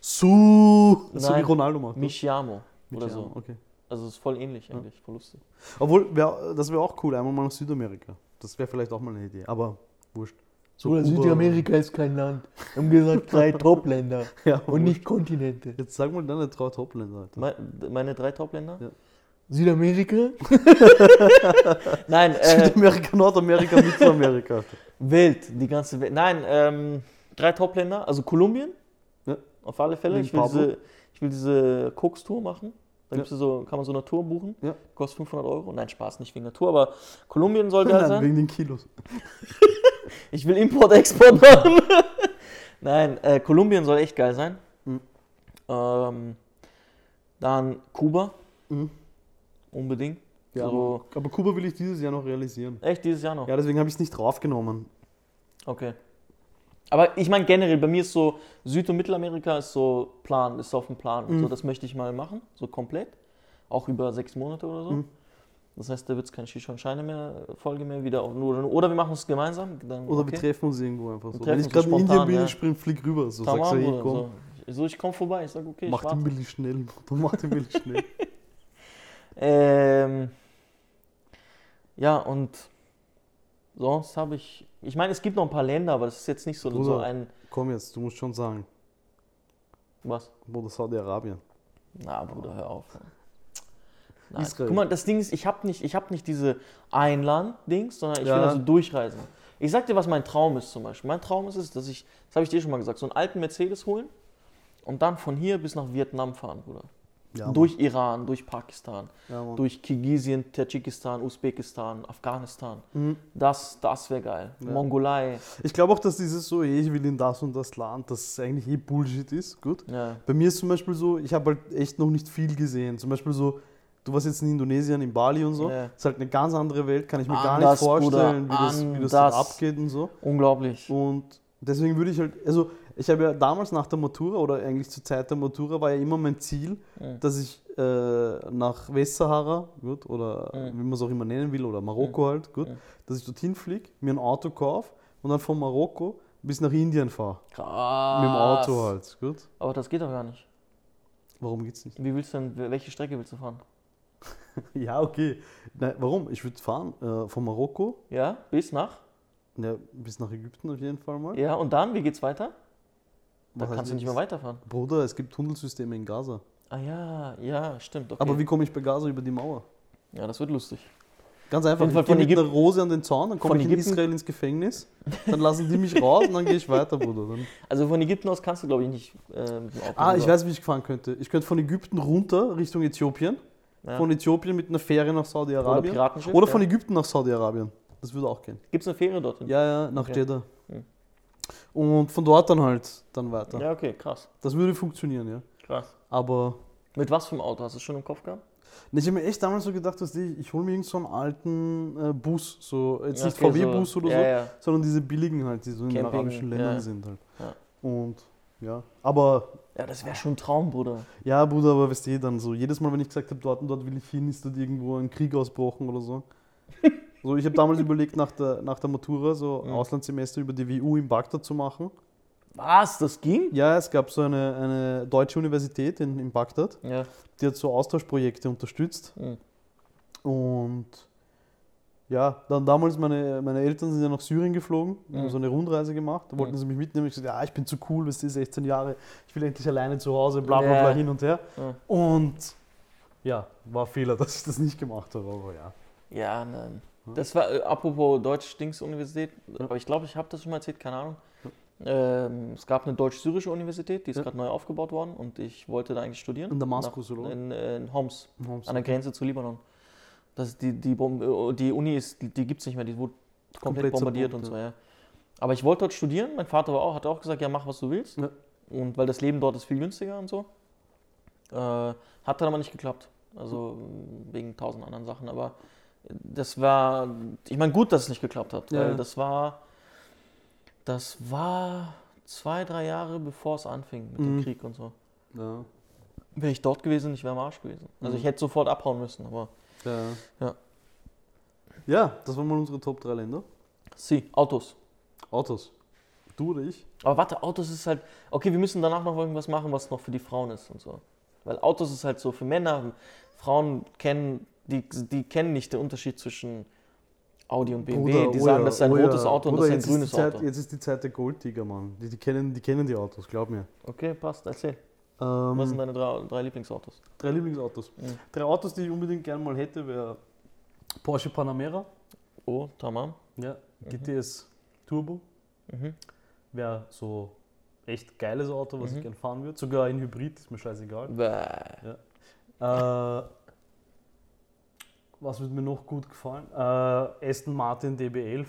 S2: Su. So wie
S1: Nein.
S2: Ronaldo macht.
S1: Mi chiamo oder
S2: Michi,
S1: so.
S2: Okay.
S1: Also es ist voll ähnlich eigentlich, voll lustig.
S2: Obwohl, wär, das wäre auch cool, einmal mal nach Südamerika. Das wäre vielleicht auch mal eine Idee, aber wurscht. So
S4: Oder
S2: Kuba.
S4: Südamerika ist kein Land. Wir haben gesagt,
S3: [laughs]
S4: drei Top-Länder
S2: Ja,
S4: und nicht Kontinente.
S2: Jetzt sag mal deine drei Top-Länder. Alter.
S1: Me- Meine drei Top-Länder?
S4: Südamerika,
S1: Nein,
S2: [laughs]
S1: äh,
S2: Südamerika, Nordamerika,
S1: [laughs]
S2: Mittelamerika. Alter.
S1: wild, die ganze Welt. Nein, ähm, drei Top-Länder, also Kolumbien, ne,
S2: Ja.
S1: auf alle Fälle.
S2: Wegen
S1: Ich will,
S2: Pablo.
S1: diese, ich will diese Koks-Tour machen. Da
S2: Ja.
S1: gibt's so, kann man so eine Tour buchen,
S2: Ja.
S1: kostet 500 Euro. Nein, Spaß, nicht wegen der Tour, aber Kolumbien soll geil
S2: Nein,
S1: sein.
S2: wegen den Kilos.
S1: Ich will Import-Export machen. [laughs] Nein, äh, Kolumbien soll echt geil sein.
S2: Mhm.
S1: Ähm, dann Kuba.
S2: Mhm.
S1: Unbedingt.
S2: Ja,
S1: so,
S2: aber Kuba will ich dieses Jahr noch realisieren.
S1: echt dieses Jahr noch.
S2: Ja, deswegen habe ich es nicht draufgenommen.
S1: Okay. Aber ich meine generell, bei mir ist so Süd- und Mittelamerika ist so Plan, ist auf dem Plan.
S2: Mhm.
S1: So, das möchte ich mal machen, so komplett. Auch über sechs Monate oder so.
S2: Mhm.
S1: Das heißt, da wird es keine Shisha und Scheine mehr, Folge mehr wieder. auf- Oder, oder wir machen es gemeinsam. Dann,
S2: Oder wir
S1: okay.
S2: treffen uns irgendwo einfach so.
S1: Wir
S2: Wenn
S1: treffen
S2: ich
S1: uns
S2: gerade in
S1: spontan,
S2: Indien bin,
S1: ja.
S2: ich spring, flieg rüber. So
S1: Tamam,
S2: sagst du, hey,
S1: Bruder,
S2: komm,
S1: So. so, ich komme vorbei. Ich sage, okay,
S2: mach
S1: ich warte.
S2: den Willi schnell. Bruder, mach den Willi
S1: [laughs]
S2: schnell.
S1: Ähm, ja, und sonst habe ich. Ich meine, es gibt noch ein paar Länder, aber das ist jetzt nicht so, so
S2: Bruder.
S1: ein.
S2: komm jetzt, du musst schon sagen.
S1: Was?
S2: Bruder, Saudi-Arabien.
S1: Na, Bruder, hör auf. ne? Nein.
S2: Israel.
S1: Guck mal, das Ding ist, ich habe nicht, ich hab nicht diese Einland-Dings, sondern ich
S2: Ja.
S1: will also durchreisen. Ich sag dir, was mein Traum ist zum Beispiel. Mein Traum ist es, dass ich, das habe ich dir schon mal gesagt, so einen alten Mercedes holen und dann von hier bis nach Vietnam fahren, Bruder.
S2: Ja, Mann.
S1: durch Iran, durch Pakistan,
S2: Ja, Mann.
S1: durch Kirgisien, Tadschikistan, Usbekistan, Afghanistan.
S2: Mhm.
S1: Das, das wäre geil.
S2: Ja.
S1: Mongolei.
S2: Ich glaube auch, dass dieses so, hey, ich will in das und das Land, das eigentlich eh Bullshit ist. Gut.
S1: Ja.
S2: Bei mir ist zum Beispiel so, ich habe halt echt noch nicht viel gesehen. Zum Beispiel so, du warst jetzt in Indonesien, in Bali und so.
S1: Ja.
S2: Ist halt eine ganz andere Welt, kann ich mir gar nicht
S1: Anders, Bruder,
S2: vorstellen, wie das, wie das so
S1: anders.
S2: abgeht und so.
S1: Unglaublich.
S2: Und deswegen würde ich halt, also ich habe ja damals nach der Matura oder eigentlich zur Zeit der Matura war ja immer mein Ziel,
S1: Mhm.
S2: dass ich äh, nach Westsahara, gut, oder wie man es auch immer nennen will, oder Marokko halt, gut, dass ich dorthin fliege, mir ein Auto kaufe und dann von Marokko bis nach Indien fahre.
S1: Krass.
S2: Mit dem Auto halt, gut.
S1: Aber das geht doch gar nicht.
S2: Warum geht's nicht?
S1: Wie willst du denn, welche Strecke willst du fahren?
S2: [laughs] Ja, okay. Nein, warum? Ich würde fahren äh, von Marokko
S1: Ja, bis nach?
S2: ne, bis nach Ägypten auf jeden Fall mal.
S1: Ja, und dann, wie geht's weiter? Da
S2: Was heißt
S1: kannst du nicht mehr
S2: bis-
S1: weiterfahren.
S2: Bruder, es gibt Tunnelsysteme in Gaza.
S1: Ah ja, ja, stimmt. Okay.
S2: Aber wie komme ich bei Gaza über die Mauer?
S1: ja, das wird lustig.
S2: Ganz einfach,
S1: Auf jeden Fall
S2: ich gehe
S1: von
S2: mit einer
S1: Ägypten-
S2: Rose an den Zaun, dann komme
S1: von
S2: ich in
S1: Ägypten-
S2: Israel ins Gefängnis, dann lassen die mich raus und dann gehe ich weiter,
S1: [laughs]
S2: Bruder. Dann.
S1: Also von Ägypten aus kannst du, glaube ich, nicht äh, mit dem Auto.
S2: Ah, ich
S1: rüber.
S2: weiß, wie ich fahren könnte. Ich könnte von Ägypten runter Richtung Äthiopien,
S1: Ja.
S2: von Äthiopien mit einer Fähre nach
S1: Oder
S2: Saudi-Arabien oder,
S1: Piratenschiff.
S2: von
S1: ja.
S2: Ägypten nach Saudi-Arabien. Das würde auch gehen.
S1: Gibt's eine Fähre dorthin?
S2: Ja, ja, nach
S1: Okay.
S2: Jeddah.
S1: Hm.
S2: Und von dort dann halt dann weiter.
S1: Ja, okay, krass.
S2: Das würde funktionieren, ja.
S1: Krass.
S2: Aber
S1: Mit was für einem Auto? Hast du es schon im Kopf gehabt?
S2: Ne, ich habe mir echt damals so gedacht, dass ich, ich hole mir irgendeinen so einen alten äh, Bus, so jetzt
S1: Ja,
S2: nicht
S1: okay,
S2: VW-Bus oder
S1: ja,
S2: so,
S1: Ja,
S2: sondern diese billigen halt, die so in den
S1: Camping,
S2: arabischen Ländern
S1: ja.
S2: sind halt.
S1: Ja.
S2: Und ja, aber
S1: ja das wäre schon ein Traum, Bruder.
S2: ja, Bruder, aber weißt du, dann so jedes Mal, wenn ich gesagt habe, dort und dort will ich hin, ist dort irgendwo ein Krieg ausbrochen
S1: [laughs]
S2: oder so. so ich habe damals überlegt, nach der, nach der Matura so ein
S1: Mhm.
S2: Auslandssemester über die WU in Bagdad zu machen.
S1: Was? Das ging?
S2: Ja, es gab so eine, eine deutsche Universität in, in Bagdad,
S1: Ja.
S2: die hat so Austauschprojekte unterstützt.
S1: Mhm.
S2: Und ja, dann damals, meine, meine Eltern sind ja nach Syrien geflogen, haben
S1: Mhm.
S2: so eine Rundreise gemacht, da wollten
S1: Mhm.
S2: sie mich mitnehmen. Ich gesagt, ja, ich bin zu cool, weißt du, 16 Jahre, ich will endlich alleine zu Hause, bla bla bla,
S1: Ja.
S2: hin und her.
S1: Ja.
S2: Und ja, war Fehler, [laughs] dass ich das nicht gemacht habe, aber ja.
S1: Ja, nein.
S2: Hm?
S1: Das war, äh, apropos Deutsch-Dings-Universität, aber ich glaube, ich habe das schon mal erzählt, keine Ahnung. Ähm, es gab eine deutsch-syrische Universität, die ist
S2: Ja.
S1: gerade neu aufgebaut worden und ich wollte da eigentlich studieren.
S2: In Damaskus,
S1: Nach,
S2: oder?
S1: in, äh, in Homs,
S2: Homs.
S1: an der Grenze zu Libanon. Das, die, die, Bom- äh, die Uni ist, die, die gibt es nicht mehr, die wurde komplett,
S2: Komplett
S1: bombardiert und
S2: zerbombt,
S1: so, ja. Aber ich wollte dort studieren, mein Vater war auch, hat auch gesagt, ja, mach, was du willst.
S2: Ja.
S1: Und weil das Leben dort ist viel günstiger und so. Äh, hat dann aber nicht geklappt. Also wegen tausend anderen Sachen. Aber das war, ich meine, gut, dass es nicht geklappt hat,
S2: Ja,
S1: weil
S2: ja.
S1: das war, das war zwei, drei Jahre bevor es anfing mit
S2: Mhm.
S1: dem Krieg und so.
S2: Ja.
S1: Wäre ich dort gewesen, ich wäre am Arsch gewesen. Also
S2: Mhm.
S1: ich hätte sofort abhauen müssen, aber
S2: Ja.
S1: Ja.
S2: ja, das waren mal unsere Top 3 Länder.
S1: sie, Autos.
S2: Autos. Du oder ich?
S1: Aber warte, Autos ist halt, okay, wir müssen danach noch irgendwas machen, was noch für die Frauen ist und so. Weil Autos ist halt so für Männer, Frauen kennen, die, die kennen nicht den Unterschied zwischen Audi und BMW,
S2: Bruder,
S1: die
S2: oh
S1: sagen,
S2: ja,
S1: das ist ein
S2: oh ja.
S1: rotes Auto und
S2: Bruder,
S1: das
S2: jetzt
S1: ist ein grünes
S2: ist die Zeit,
S1: Auto.
S2: Jetzt ist die Zeit der Goldtiger, Mann. Die, die, kennen, die kennen die Autos, glaub mir.
S1: Okay, passt, erzähl.
S2: Ähm,
S1: Was sind deine drei, drei Lieblingsautos?
S2: Drei Lieblingsautos.
S1: Mhm.
S2: Drei Autos, die ich unbedingt gerne mal hätte, wäre Porsche Panamera,
S1: Oh, Tamam.
S2: ja, GTS Turbo.
S1: Mhm.
S2: Wäre so echt geiles Auto, was
S1: Mhm.
S2: ich gerne fahren würde. Sogar in Hybrid, ist mir scheißegal.
S1: Bäh.
S2: Äh, was würde mir noch gut gefallen? Äh, Aston Martin DB11.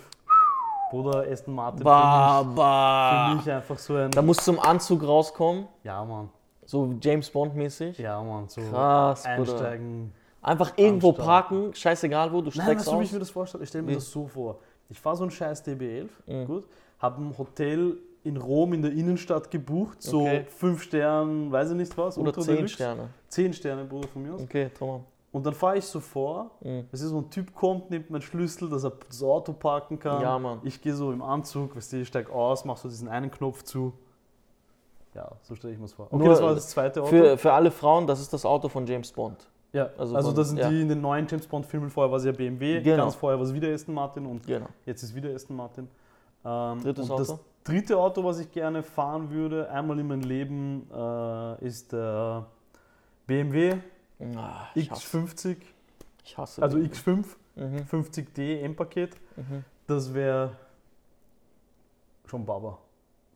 S2: Bruder, Aston Martin
S1: Bah,
S2: für, mich, für
S1: bah.
S2: mich einfach so ein...
S1: Da muss zum Anzug rauskommen,
S2: Ja, Mann.
S1: so James Bond mäßig.
S2: Ja, Mann. So
S1: Krass, Bruder.
S2: einsteigen.
S1: Einfach irgendwo
S2: Ansteigen.
S1: parken, scheißegal wo, du
S2: Nein,
S1: steckst
S2: weißt du, wie ich
S1: aus.
S2: mir das vorstelle? Ich stelle mir
S1: Wie?
S2: das so vor. Ich fahre so ein scheiß DB11,
S1: Mhm.
S2: gut, habe ein Hotel in Rom in der Innenstadt gebucht, so
S1: Okay.
S2: fünf Sterne, weiß ich nicht was.
S1: Oder
S2: Ultra
S1: 10
S2: Deluxe.
S1: Sterne. Mhm.
S2: Zehn Sterne, Bruder, von mir aus.
S1: Okay, Tamam.
S2: Und dann fahre ich so vor,
S1: Mhm.
S2: Weißt du, so ein Typ kommt, nimmt meinen Schlüssel, dass er das Auto parken kann.
S1: Ja, Mann.
S2: Ich gehe so im Anzug, weißt du, ich steig aus, mach so diesen einen Knopf zu. Ja, so stelle ich mir das vor. Okay,
S1: Nur
S2: das war das zweite Auto.
S1: Für, für alle Frauen, das ist das Auto von James Bond.
S2: ja,
S1: also
S2: also,
S1: von-
S2: das sind
S1: ja.
S2: die in den neuen James Bond Filmen. Vorher war es ja BMW,
S1: Genau.
S2: ganz vorher war es wieder Aston Martin und
S1: Genau.
S2: jetzt ist wieder Aston Martin. Ähm,
S1: Drittes
S2: und Das
S1: Auto?
S2: dritte Auto, was ich gerne fahren würde, einmal in meinem Leben, äh, ist der BMW
S1: Ah, ich hasse,
S2: X50,
S1: ich hasse
S2: also
S1: den.
S2: X5
S1: Mhm,
S2: 50D M-Paket.
S1: mhm.
S2: Das wäre schon Baba,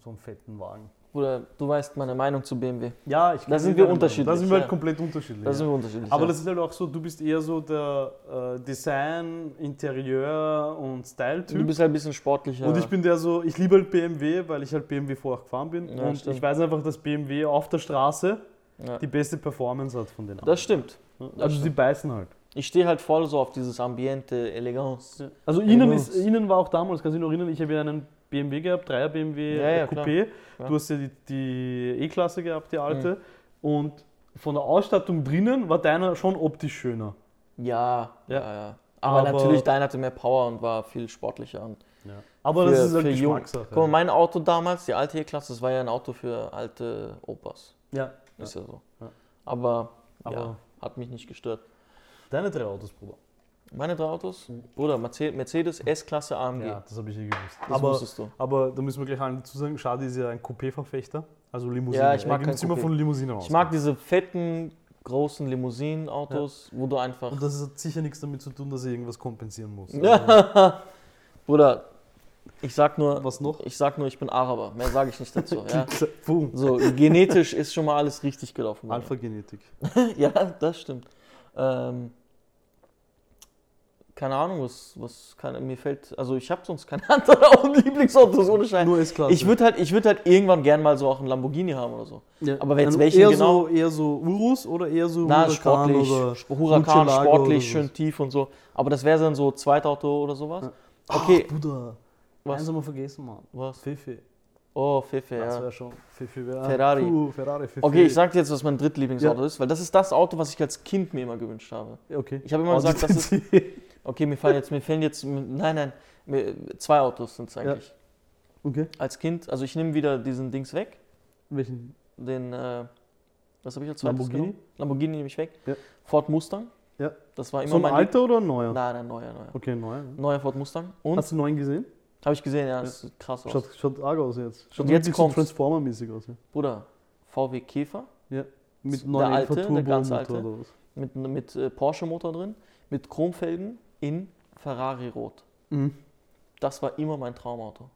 S2: so einen fetten Wagen.
S1: Bruder, du weißt meine Meinung zu BMW.
S2: Ja, ich
S1: Da sind
S2: nicht
S1: wir
S2: alle Meinungen.
S1: unterschiedlich,
S2: Da sind wir
S1: ja.
S2: halt komplett unterschiedlich.
S1: Da sind
S2: ja.
S1: wir unterschiedlich.
S2: Aber
S1: ja.
S2: das ist halt auch so, du bist eher so der äh, Design, Interieur und
S1: du
S2: Style-Typ.
S1: bist halt ein bisschen sportlicher.
S2: Und ich bin der so, ich liebe halt BMW, weil ich halt BMW vorher gefahren bin.
S1: Ja,
S2: und
S1: stimmt.
S2: ich weiß einfach, dass BMW auf der Straße
S1: Ja.
S2: die beste Performance hat von den anderen.
S1: Das stimmt.
S2: also die beißen halt.
S1: Ich stehe halt voll so auf dieses Ambiente, Eleganz.
S2: Also ihnen,
S1: Jungs.
S2: ist, ihnen war auch damals, kannst du dich noch erinnern, ich habe ja einen BMW gehabt, 3er BMW
S1: Ja, ja,
S2: äh, Coupé.
S1: klar.
S2: Du hast ja die, die E-Klasse gehabt, die alte.
S1: Mhm.
S2: Und von der Ausstattung drinnen war deiner schon optisch schöner.
S1: Ja, ja,
S2: Ja.
S1: ja. Aber,
S2: Aber-
S1: natürlich, dein hatte mehr Power und war viel sportlicher. Und
S2: Aber das
S1: für-
S2: ist halt
S1: für jung.
S2: Geschmackssache.
S1: Guck mal, mein Auto damals, die alte E-Klasse, das war ja ein Auto für alte Opas.
S2: Ja,
S1: Ist ja so.
S2: Ja.
S1: Aber,
S2: aber
S1: ja, hat mich nicht gestört.
S2: deine drei Autos, Bruder.
S1: Meine drei Autos? Bruder, Merce- Mercedes S-Klasse AMG.
S2: Hm. Ja, das habe ich eh gewusst.
S1: Das
S2: Aber, Oh,
S1: wusstest du.
S2: aber da müssen wir gleich allen dazu sagen, Schade ist ja ein Coupé-Verfechter. Also Limousine.
S1: Ja, ich mag kein
S2: er gibt's immer
S1: Coupé.
S2: von Limousine raus.
S1: Ich mag diese fetten, großen Limousinen-Autos, wo du einfach. [laughs]
S2: [laughs] Und das hat sicher nichts damit zu tun, dass er irgendwas kompensieren muss. Also,
S1: Ja. Bruder, ich sag nur,
S2: was noch?
S1: ich sag nur, ich bin Araber. Mehr sage ich nicht
S2: [laughs]
S1: dazu. ja?
S2: Also, Boom.
S1: So, genetisch ist schon mal alles richtig gelaufen. bei mir.
S2: Alpha-Genetik.
S1: [laughs] Ja, das stimmt. Ähm, keine Ahnung, was, was kann, mir fällt. Also ich habe sonst keine [laughs] anderen Lieblingsautos ohne Schein.
S2: Nur S-Klasse.
S1: Ich würde halt, ich würd halt irgendwann gern mal so auch einen Lamborghini haben oder so.
S2: Ja.
S1: Aber jetzt
S2: Also
S1: welchen
S2: eher
S1: genau?
S2: So, eher so Urus oder eher so
S1: Na,
S2: Huracan
S1: sportlich,
S2: oder
S1: Sp- Huracan,
S2: Murcielago
S1: sportlich,
S2: oder so.
S1: schön tief und so. Aber das wäre dann so Zweitauto oder sowas.
S2: Ja. Oh,
S1: Okay,
S2: Ach, Bruder,
S1: was?
S2: eins haben wir vergessen, Mann.
S1: was?
S2: Fifi.
S1: Oh, Pfeffer,
S2: Das
S1: ja.
S2: wäre schon Fifi. Wär
S1: Ferrari.
S2: Puh, Ferrari, Fifi.
S1: Okay, ich sag dir jetzt, was mein Drittlieblingsauto ist, weil das ist das Auto, was ich als Kind mir immer gewünscht habe.
S2: Okay. Oh,
S1: Ich habe immer gesagt, das ist. Okay, mir fallen jetzt, mir fehlen jetzt. Nein, nein, mir, zwei Autos sind es eigentlich.
S2: [laughs] Okay.
S1: Als Kind, also ich nehme wieder diesen Dings weg,
S2: Welchen?
S1: den, äh, was habe ich als zweites
S2: Lamborghini?
S1: genommen? Lamborghini nehme ich weg.
S2: Ja.
S1: Ford Mustang.
S2: Ja.
S1: Das war immer
S2: So ein
S1: mein
S2: alter oder ein neuer?
S1: Lieb- Nein, nein, neuer, neuer.
S2: Okay, ein neuer. ja.
S1: Neuer Ford Mustang. Und,
S2: Hast du einen neuen gesehen?
S1: habe ich gesehen, ja, das sieht krass aus.
S2: Schaut, schaut arg aus jetzt. Schaut
S1: Und jetzt
S2: wirklich
S1: kommt's.
S2: so Transformer-mäßig aus. Ja.
S1: Bruder, VW Käfer
S2: Mit
S1: Der
S2: neuen
S1: alte,
S2: Alpha
S1: der
S2: Turbo
S1: ganz alte.
S2: Motor oder was.
S1: mit, mit äh, Porsche-Motor drin, mit Chromfelgen in Ferrari-Rot.
S2: Mhm.
S1: Das war immer mein Traumauto.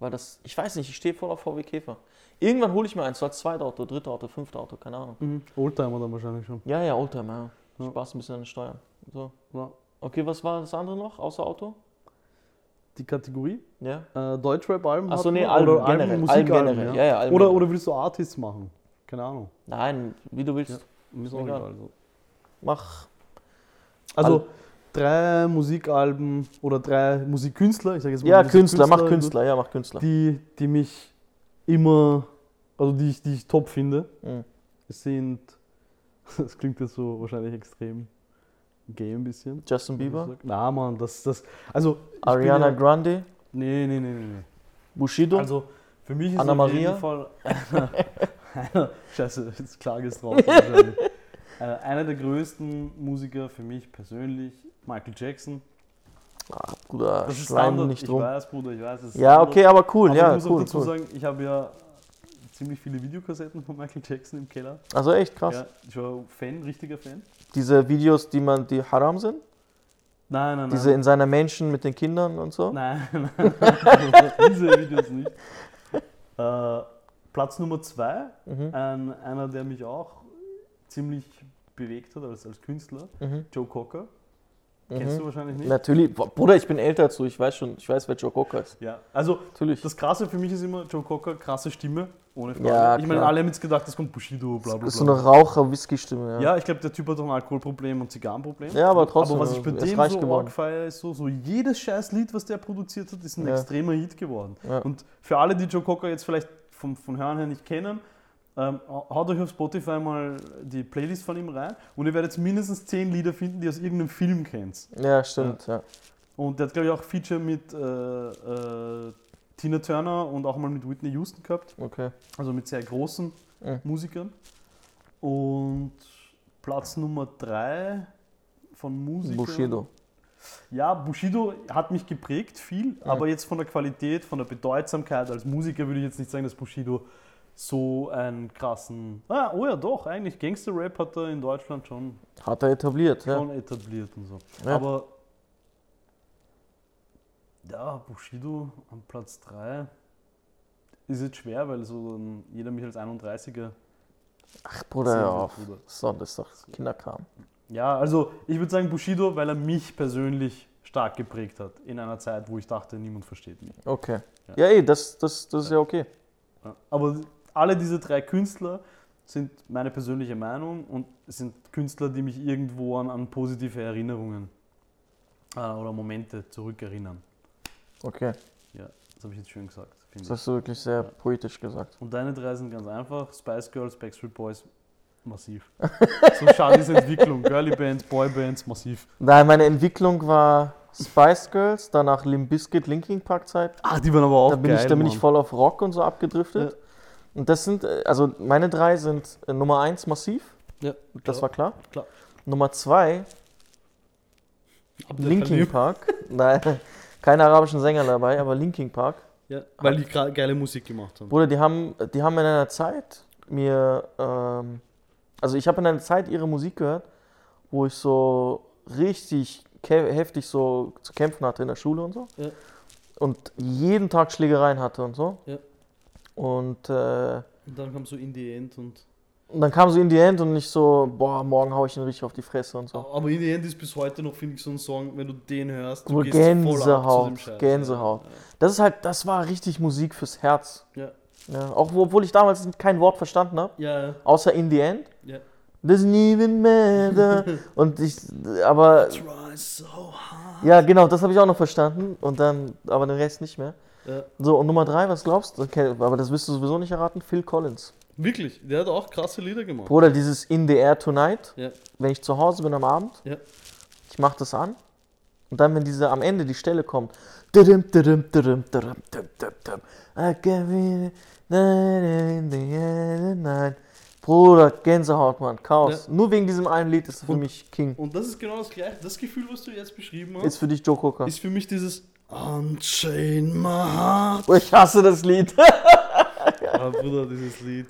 S1: Weil das, ich weiß nicht, ich stehe voll auf VW Käfer. Irgendwann hole ich mir eins, so als zweites Auto, drittes Auto, fünftes Auto, keine Ahnung.
S2: Mhm. Oldtimer dann wahrscheinlich schon.
S1: Ja, ja, Oldtimer, ja.
S2: Ja.
S1: Spaß ein bisschen an den Steuern. So.
S2: Ja.
S1: Okay, was war das andere noch, außer Auto?
S2: Die Kategorie?
S1: Ja.
S2: Äh, Deutschrap-Alben?
S1: Achso,
S2: hatten
S1: nee,
S2: wir?
S1: Alben
S2: oder
S1: generell.
S2: Alben,
S1: Alben
S2: Musikalben,
S1: generell. Ja.
S2: ja.
S1: Ja, Alben
S2: Oder,
S1: generell.
S2: oder willst du Artists machen? Keine Ahnung.
S1: Nein, wie du willst.
S2: Ja. Mir ist
S1: auch
S2: auch
S1: egal.
S2: egal, so.
S1: Mach.
S2: Also
S1: Al-
S2: drei Musikalben oder drei Musikkünstler, ich sage jetzt mal
S1: Ja, Künstler,
S2: Musikkünstler,
S1: mach Künstler, ja, mach Künstler.
S2: Die, die mich immer, also die ich, die ich top finde,
S1: Mhm.
S2: sind, [laughs] das klingt jetzt so wahrscheinlich extrem gay ein bisschen.
S1: Justin Bieber,
S2: Na Mann, das, das, also ich bin
S1: Ariana
S2: ja,
S1: Grande,
S2: Nee, nee, nee, nee, nee.
S1: Bushido.
S2: Also für mich ist
S1: Anna
S2: auf
S1: Maria?
S2: jeden Fall einer, [laughs] Scheiße, jetzt klage
S1: [laughs]
S2: ist drauf. wahrscheinlich. Äh, einer der größten Musiker für mich persönlich, Michael Jackson.
S1: Ach, Bruder,
S2: Das ist
S1: schleim
S2: Standard.
S1: nicht
S2: ich
S1: drum.
S2: weiß, Bruder, ich weiß. es ist
S1: Ja,
S2: Standard.
S1: okay, aber cool,
S2: Aber
S1: ja,
S2: ich muss auch
S1: cool,
S2: dazu
S1: cool.
S2: sagen, ich habe ja ziemlich viele Videokassetten von Michael Jackson im Keller.
S1: Also echt krass.
S2: Ja, ich war Fan, richtiger Fan.
S1: Diese Videos, die man, die haram sind,
S2: Nein, nein, nein.
S1: diese in seiner Menschen mit den Kindern und so.
S2: Nein, nein, nein. [laughs] diese Videos nicht. Äh, Platz Nummer zwei,
S1: Mhm.
S2: ein, einer, der mich auch ziemlich bewegt hat als, als Künstler,
S1: Mhm.
S2: Joe Cocker.
S1: Mhm.
S2: Kennst du wahrscheinlich nicht?
S1: Natürlich, Boah, Bruder, ich bin älter als du, ich weiß schon, ich weiß, wer Joe Cocker ist.
S2: Ja, also
S1: Natürlich.
S2: das Krasse für mich ist immer, Joe Cocker, krasse Stimme, ohne Frage.
S1: Ja,
S2: ich meine,
S1: klar.
S2: alle haben jetzt gedacht, das kommt Bushido, bla bla bla.
S1: ist so eine Raucher-Whisky-Stimme, ja.
S2: Ja, ich glaube, der Typ hat auch ein Alkoholproblem und Zigarrenproblem.
S1: Ja, aber trotzdem,
S2: Aber was ich bei
S1: er ist
S2: dem
S1: reich
S2: so
S1: geworden.
S2: arg feiere, ist so, so jedes scheiß Lied, was der produziert hat, ist ein
S1: Ja.
S2: extremer Hit geworden.
S1: Ja.
S2: Und für alle, die Joe Cocker jetzt vielleicht vom, von Hören her nicht kennen, ähm, haut euch auf Spotify mal die Playlist von ihm rein und ihr werdet mindestens zehn Lieder finden, die ihr aus irgendeinem Film kennt.
S1: Ja, stimmt, ja.
S2: Und der hat, glaube ich, auch Feature mit äh, äh, Tina Turner und auch mal mit Whitney Houston gehabt,
S1: Okay.
S2: also mit sehr großen
S1: Mhm.
S2: Musikern. Und Platz Nummer drei von Musikern.
S1: Bushido.
S2: Ja, Bushido hat mich geprägt viel, aber jetzt von der Qualität, von der Bedeutsamkeit als Musiker würde ich jetzt nicht sagen, dass Bushido so einen krassen. Ah, oh ja, doch, eigentlich Gangster-Rap hat er in Deutschland schon,
S1: Hat er etabliert, ja.
S2: schon etabliert und so.
S1: Ja.
S2: Aber ja, Bushido an Platz 3 ist jetzt schwer, weil so ein- jeder mich als 31er.
S1: Ach, Bruder,
S2: sehen
S1: hör
S2: wird,
S1: auf.
S2: Bruder.
S1: So, das ist doch Kinderkram.
S2: Ja, also ich würde sagen Bushido, weil er mich persönlich stark geprägt hat in einer Zeit, wo ich dachte, niemand versteht mich.
S1: Okay.
S2: Ja.
S1: Ja, ey, das, das, das ist ja okay.
S2: Ja. Aber alle diese drei Künstler sind meine persönliche Meinung und es sind Künstler, die mich irgendwo an, an positive Erinnerungen äh, oder Momente zurückerinnern.
S1: Okay.
S2: Ja, das habe ich jetzt schön gesagt.
S1: Das
S2: Finde ich.
S1: hast du wirklich sehr
S2: Ja.
S1: poetisch gesagt.
S2: Und deine drei sind ganz einfach: Spice Girls, Backstreet Boys,
S1: [laughs]
S2: massiv. so Charlies Entwicklung: Girly Bands, Boy Bands, massiv.
S1: Nein, meine Entwicklung war Spice Girls, danach Limp Bizkit, Linkin Park Zeit.
S2: Ach, Ah, die waren aber auch
S1: Da bin,
S2: geil,
S1: ich, da bin ich
S2: Mann.
S1: voll auf Rock und so abgedriftet. Und das sind, äh, also meine drei sind äh, Nummer eins massiv,
S2: Ja,
S1: das war klar.
S2: Klar.
S1: Nummer zwei
S3: Abdel
S1: Linkin
S3: Kalim.
S1: Park. [laughs] Nein, keine arabischen Sänger dabei, aber Linkin Park.
S3: Ja, weil die gra- geile Musik gemacht haben.
S1: Bruder, die haben, die haben in einer Zeit mir, ähm, also ich habe in einer Zeit ihre Musik gehört, wo ich so richtig kä- heftig so zu kämpfen hatte in der Schule und so.
S3: Ja.
S1: Und jeden Tag Schlägereien hatte und so.
S3: Ja.
S1: Und, äh,
S3: Und dann kam so In the End und.
S1: und dann kam so in die End und ich so, boah, morgen hau ich ihn richtig auf die Fresse und so.
S3: Aber In the End ist bis heute noch, finde ich, so ein Song, wenn du den hörst, du
S1: Nur
S3: gehst voll ab zu dem
S1: Gänsehaut,
S3: Scheiß.
S1: Gänsehaut. Das ist halt, das war richtig Musik fürs Herz.
S3: Ja.
S1: Ja, auch wo- obwohl ich damals kein Wort verstanden habe.
S3: Ja, ja.
S1: Äh, außer in the end.
S3: Ja.
S1: Doesn't even
S3: [laughs]
S1: matter. Und ich, aber
S3: Try so hard.
S1: ja, genau, das habe ich auch noch verstanden und dann, aber den Rest nicht mehr.
S3: Ja.
S1: So und Nummer drei, was glaubst du? Okay, aber das wirst du sowieso nicht erraten. Phil Collins,
S3: Wirklich, der hat auch krasse Lieder gemacht.
S1: Bruder, dieses In the Air Tonight.
S3: Ja.
S1: Wenn ich zu Hause bin am Abend,
S3: Ja.
S1: ich mache das an und dann, wenn diese am Ende die Stelle kommt, dudum, dudum, dudum, dudum, dudum, dudum, I can feel it, na, na, in the air tonight. Bruder, Gänsehaut, Mann, Chaos. Nur wegen diesem einen Lied ist er für
S3: Und-
S1: mich King.
S3: Und das ist genau das gleiche. Das Gefühl, was du jetzt beschrieben hast,
S1: Ist für dich Joe Cocker.
S3: ist für mich dieses Unchain my heart.
S1: Bruder, Oh, ich hasse das Lied. [laughs]
S3: Ah, Bruder, dieses Lied.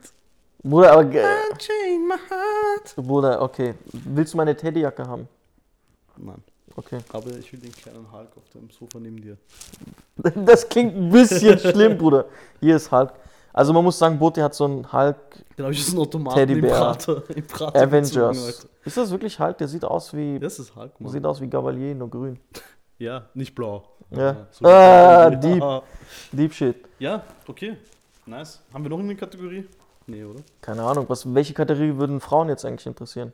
S1: Bruder, aber. ge-
S3: Unchain my heart.
S1: Bruder, okay. Willst du meine Teddyjacke haben?
S3: Nein,
S1: Okay. [laughs]
S3: aber ich will den kleinen Hulk auf dem Sofa neben dir.
S1: Das klingt ein bisschen schlimm, Bruder. Hier ist Hulk. Also man muss sagen, Boti hat so einen Hulk
S3: Den habe ich aus dem Automaten
S1: Teddybär.
S3: im Prater. Im Prater gezogen,
S1: Avengers.
S3: Alter.
S1: Ist das wirklich Hulk? Der sieht aus wie.
S3: Das ist Hulk, Mann.
S1: Sieht aus wie Gavalier, nur grün.
S3: Ja, nicht blau.
S1: Ja.
S3: So-
S1: ah, deep, deep shit.
S3: Ja, okay. Nice. Haben wir noch eine Kategorie? Nee, oder?
S1: Keine Ahnung, was, welche Kategorie würden Frauen jetzt eigentlich interessieren?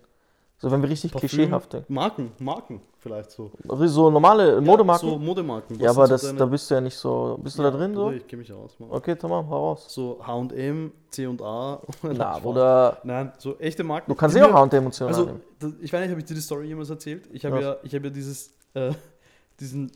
S1: So, wenn wir richtig
S3: Parfüm?
S1: klischeehaft denken.
S3: Marken, Marken vielleicht so.
S1: So normale
S3: Ja, so
S1: Modemarken?
S3: Modemarken. Was
S1: Ja, aber
S3: sind so
S1: das,
S3: deine-
S1: da bist du ja nicht so. Bist du da drin so?
S3: Bruder, Ich kenne mich aus, Mann.
S1: Okay, tamam, hau raus.
S3: So H&M, [laughs] C&A.
S1: Na,
S3: Spaß.
S1: Bruder.
S3: Nein, so echte Marken.
S1: Du kannst
S3: Die
S1: eh auch
S3: mir-
S1: Hand emotional
S3: Also,
S1: nehmen.
S3: das, ich weiß nicht, habe ich dir die Story jemals erzählt? Ich habe
S1: Was?
S3: ja, ich habe ja dieses, äh, diesen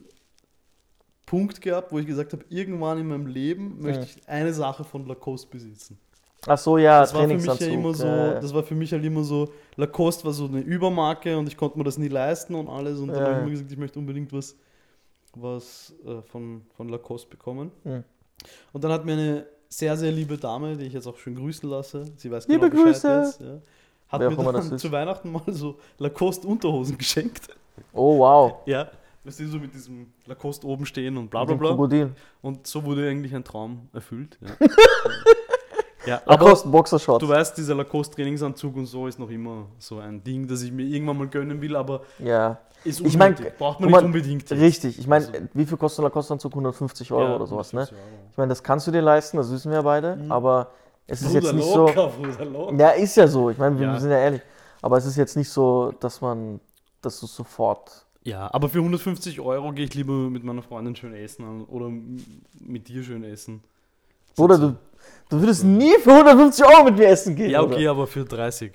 S3: Punkt gehabt, wo ich gesagt habe, irgendwann in meinem Leben möchte ich eine Sache von Lacoste besitzen.
S1: Ach so, ja,
S3: Das war für mich ja
S1: Trainingsanzug.
S3: immer so,
S1: ja, ja.
S3: das war für mich halt immer so, Lacoste war so eine Übermarke und ich konnte mir das nie leisten und alles und dann
S1: Ja,
S3: habe ich
S1: ja.
S3: immer gesagt, ich möchte unbedingt was was äh, von, von Lacoste bekommen.
S1: Mhm.
S3: Und dann hat mir eine sehr, sehr liebe Dame, die ich jetzt auch schön grüßen lasse, sie weiß
S1: Liebe
S3: genau
S1: Grüße!
S3: Bescheid jetzt, ja, hat
S1: Wer auch
S3: mir
S1: immer
S3: dann
S1: das ist.
S3: zu Weihnachten mal so Lacoste-Unterhosen geschenkt.
S1: Oh, wow.
S3: Ja, dass die so mit diesem Lacoste oben stehen und bla
S1: Mit
S3: bla
S1: dem
S3: bla.
S1: Krokodil.
S3: Und so wurde eigentlich ein Traum erfüllt. Ja, ja aber
S1: Lacoste Boxershorts.
S3: du weißt, dieser Lacoste-Trainingsanzug und so ist noch immer so ein Ding, das ich mir irgendwann mal gönnen will, aber
S1: Ja,
S3: ist
S1: Ich mein,
S3: unnötig. Braucht man
S1: guck
S3: nicht
S1: mal,
S3: unbedingt. jetzt.
S1: richtig. Ich meine,
S3: Also-
S1: wie viel kostet ein Lacoste-Anzug? 150 Euro
S3: Ja,
S1: oder sowas, ne?
S3: 150 Euro.
S1: Ich meine, das kannst du dir leisten, das wissen wir beide, aber es ist jetzt
S3: Mhm. Bruder
S1: nicht so.
S3: locker, Bruder locker.
S1: Ja, ist ja so. Ich meine, wir
S3: Ja.
S1: sind ja ehrlich. Aber es ist jetzt nicht so, dass man, dass du sofort.
S3: Ja, aber für 150 Euro gehe ich lieber mit meiner Freundin schön essen oder m- mit dir schön essen.
S1: Bruder, du, du würdest nie für 150 Euro mit mir essen gehen.
S3: Mhm. Ja, okay,
S1: Oder?
S3: aber für 30.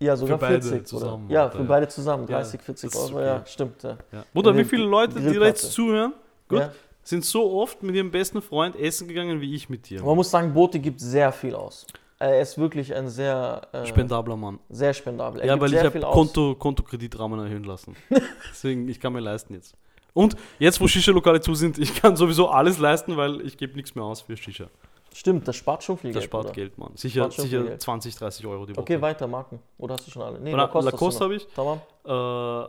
S1: Ja, sogar
S3: beide
S1: 40.
S3: zusammen,
S1: oder? Ja,
S3: Alter,
S1: für
S3: ja.
S1: beide zusammen.
S3: Ja,
S1: 30, 40
S3: das ist
S1: Euro.
S3: okay.
S1: Ja, stimmt. Ja.
S3: Ja. Bruder,
S1: Mit
S3: wie
S1: dem
S3: viele Leute, die da
S1: Grillplatte.
S3: jetzt zuhören, gut,
S1: Ja.
S3: sind so oft mit ihrem besten Freund essen gegangen wie ich mit dir.
S1: Man muss sagen, Bote gibt sehr viel aus. Er ist wirklich ein sehr, äh,
S3: Spendabler Mann.
S1: sehr spendabel. Er
S3: ja,
S1: gibt
S3: weil ich
S1: sehr
S3: habe
S1: viel aus.
S3: Konto, Kontokreditrahmen
S1: [laughs]
S3: erhöhen lassen. Deswegen, ich kann mir leisten jetzt. Und jetzt, wo Shisha-Lokale zu sind, ich kann sowieso alles leisten, weil ich gebe nichts mehr aus für Shisha.
S1: Stimmt, das spart schon viel
S3: Das
S1: Geld.
S3: spart
S1: oder?
S3: Geld, Mann. Sicher,
S1: Spart schon viel
S3: sicher
S1: Geld.
S3: 20, 30 Euro die Woche.
S1: Okay, weiter, Marken. Oder hast du schon alle? Nee,
S3: Oder
S1: Lacoste, hast du
S3: Lacoste
S1: noch.
S3: habe ich.
S1: Tamam.
S3: Äh,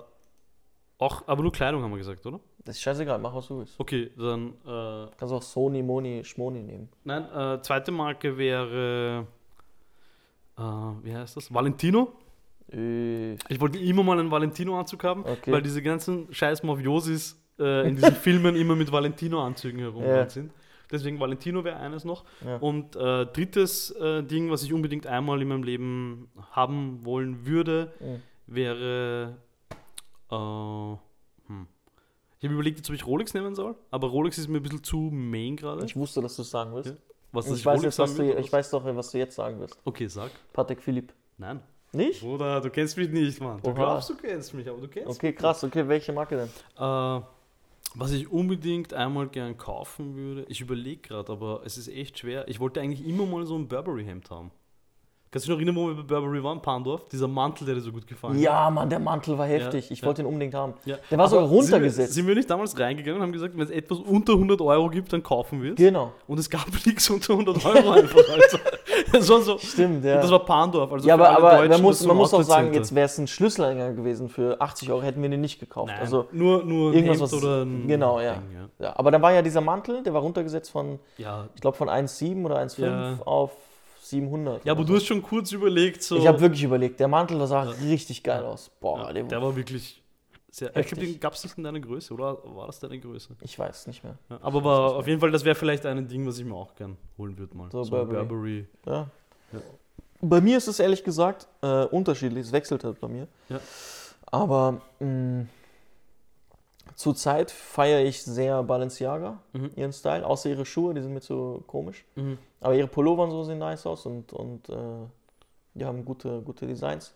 S3: auch, aber nur Kleidung haben wir gesagt, oder?
S1: Das ist scheißegal, mach was du willst.
S3: Okay, dann. Äh,
S1: Kannst auch Sony, Moni, Schmoni nehmen.
S3: nein, äh, zweite Marke wäre. Äh, wie heißt das? Valentino.
S1: Äh,
S3: Ich wollte immer mal einen Valentino-Anzug haben,
S1: Okay.
S3: weil diese ganzen scheiß Mafiosis äh, in
S1: [laughs]
S3: diesen Filmen immer mit Valentino-Anzügen herumgerannt
S1: Ja.
S3: sind. Deswegen Valentino wäre eines noch.
S1: Ja.
S3: Und äh, drittes äh, Ding, was ich unbedingt einmal in meinem Leben haben wollen würde,
S1: Mhm.
S3: wäre. Äh, hm. Ich habe überlegt, jetzt, ob ich Rolex nehmen soll, aber Rolex ist mir ein bisschen zu main gerade.
S1: Ich wusste, dass du es sagen wirst.
S3: Ja. Was, dass
S1: Ich, weiß jetzt,
S3: sagen
S1: was
S3: will,
S1: du,
S3: oder
S1: ich weiß doch, was du jetzt sagen wirst.
S3: Okay, sag.
S1: Patek Philipp.
S3: Nein.
S1: Nicht?
S3: Bruder, du kennst mich nicht, Mann. Du
S1: Oha.
S3: glaubst, du kennst mich, aber du kennst
S1: Okay, krass. Okay, welche Marke denn?
S3: Äh, was ich unbedingt einmal gern kaufen würde, ich überlege gerade, aber es ist echt schwer. Ich wollte eigentlich immer mal so ein Burberry-Hemd haben. Kannst du dich noch erinnern, wo wir bei Burberry waren, Pandorf? Dieser Mantel, der dir so gut gefallen hat.
S1: Ja, Mann, der Mantel war heftig.
S3: Ja,
S1: Ich
S3: ja.
S1: wollte ihn unbedingt haben.
S3: Ja.
S1: Der war
S3: Aber
S1: sogar runtergesetzt.
S3: Sind wir, sind wir nicht damals reingegangen und haben gesagt, wenn es etwas unter 100 Euro gibt, dann kaufen wir es?
S1: Genau.
S3: Und es gab [laughs] nichts unter 100 Euro einfach. Also. Das war so.
S1: Stimmt, ja.
S3: Und das war Pandorf. Also
S1: ja,
S3: für
S1: aber,
S3: alle
S1: aber
S3: Deutschen,
S1: man
S3: das
S1: muss,
S3: ist so
S1: man
S3: ein
S1: muss auch sagen,
S3: Outlet-Center.
S1: jetzt wäre es ein Schlüsselanhänger gewesen. Für 80 Euro hätten wir den nicht gekauft.
S3: Nein,
S1: Also,
S3: nur, nur ein
S1: irgendwas,
S3: Hemd
S1: was-
S3: oder ein
S1: genau, ja.
S3: Ding, ja.
S1: ja. Aber dann war ja dieser Mantel, der war runtergesetzt von,
S3: Ja,
S1: ich glaube, von 1,7 oder 1,5
S3: Ja.
S1: auf 700.
S3: Ja,
S1: oder
S3: aber
S1: so.
S3: du hast schon kurz überlegt, so.
S1: Ich habe wirklich überlegt, der Mantel, der sah richtig geil aus. Boah,
S3: ja,
S1: der,
S3: der war wirklich sehr. Ich
S1: Heftig.
S3: glaube, den gab es nicht in deiner Größe, oder war das deine Größe?
S1: ich weiß nicht mehr.
S3: Ja, aber war, auf jeden Fall, das wäre vielleicht ein Ding, was ich mir auch gern holen würde, mal.
S1: So
S3: ein
S1: Burberry.
S3: Burberry.
S1: Ja.
S3: Ja.
S1: Bei mir ist es ehrlich gesagt äh, unterschiedlich, es wechselt halt bei mir.
S3: Ja.
S1: Aber mh, zurzeit feiere ich sehr Balenciaga,
S3: Mhm.
S1: ihren Style, außer ihre Schuhe, die sind mir zu komisch.
S3: Mhm.
S1: Aber ihre Pullover und so sehen nice aus und, und äh, die haben gute, gute Designs.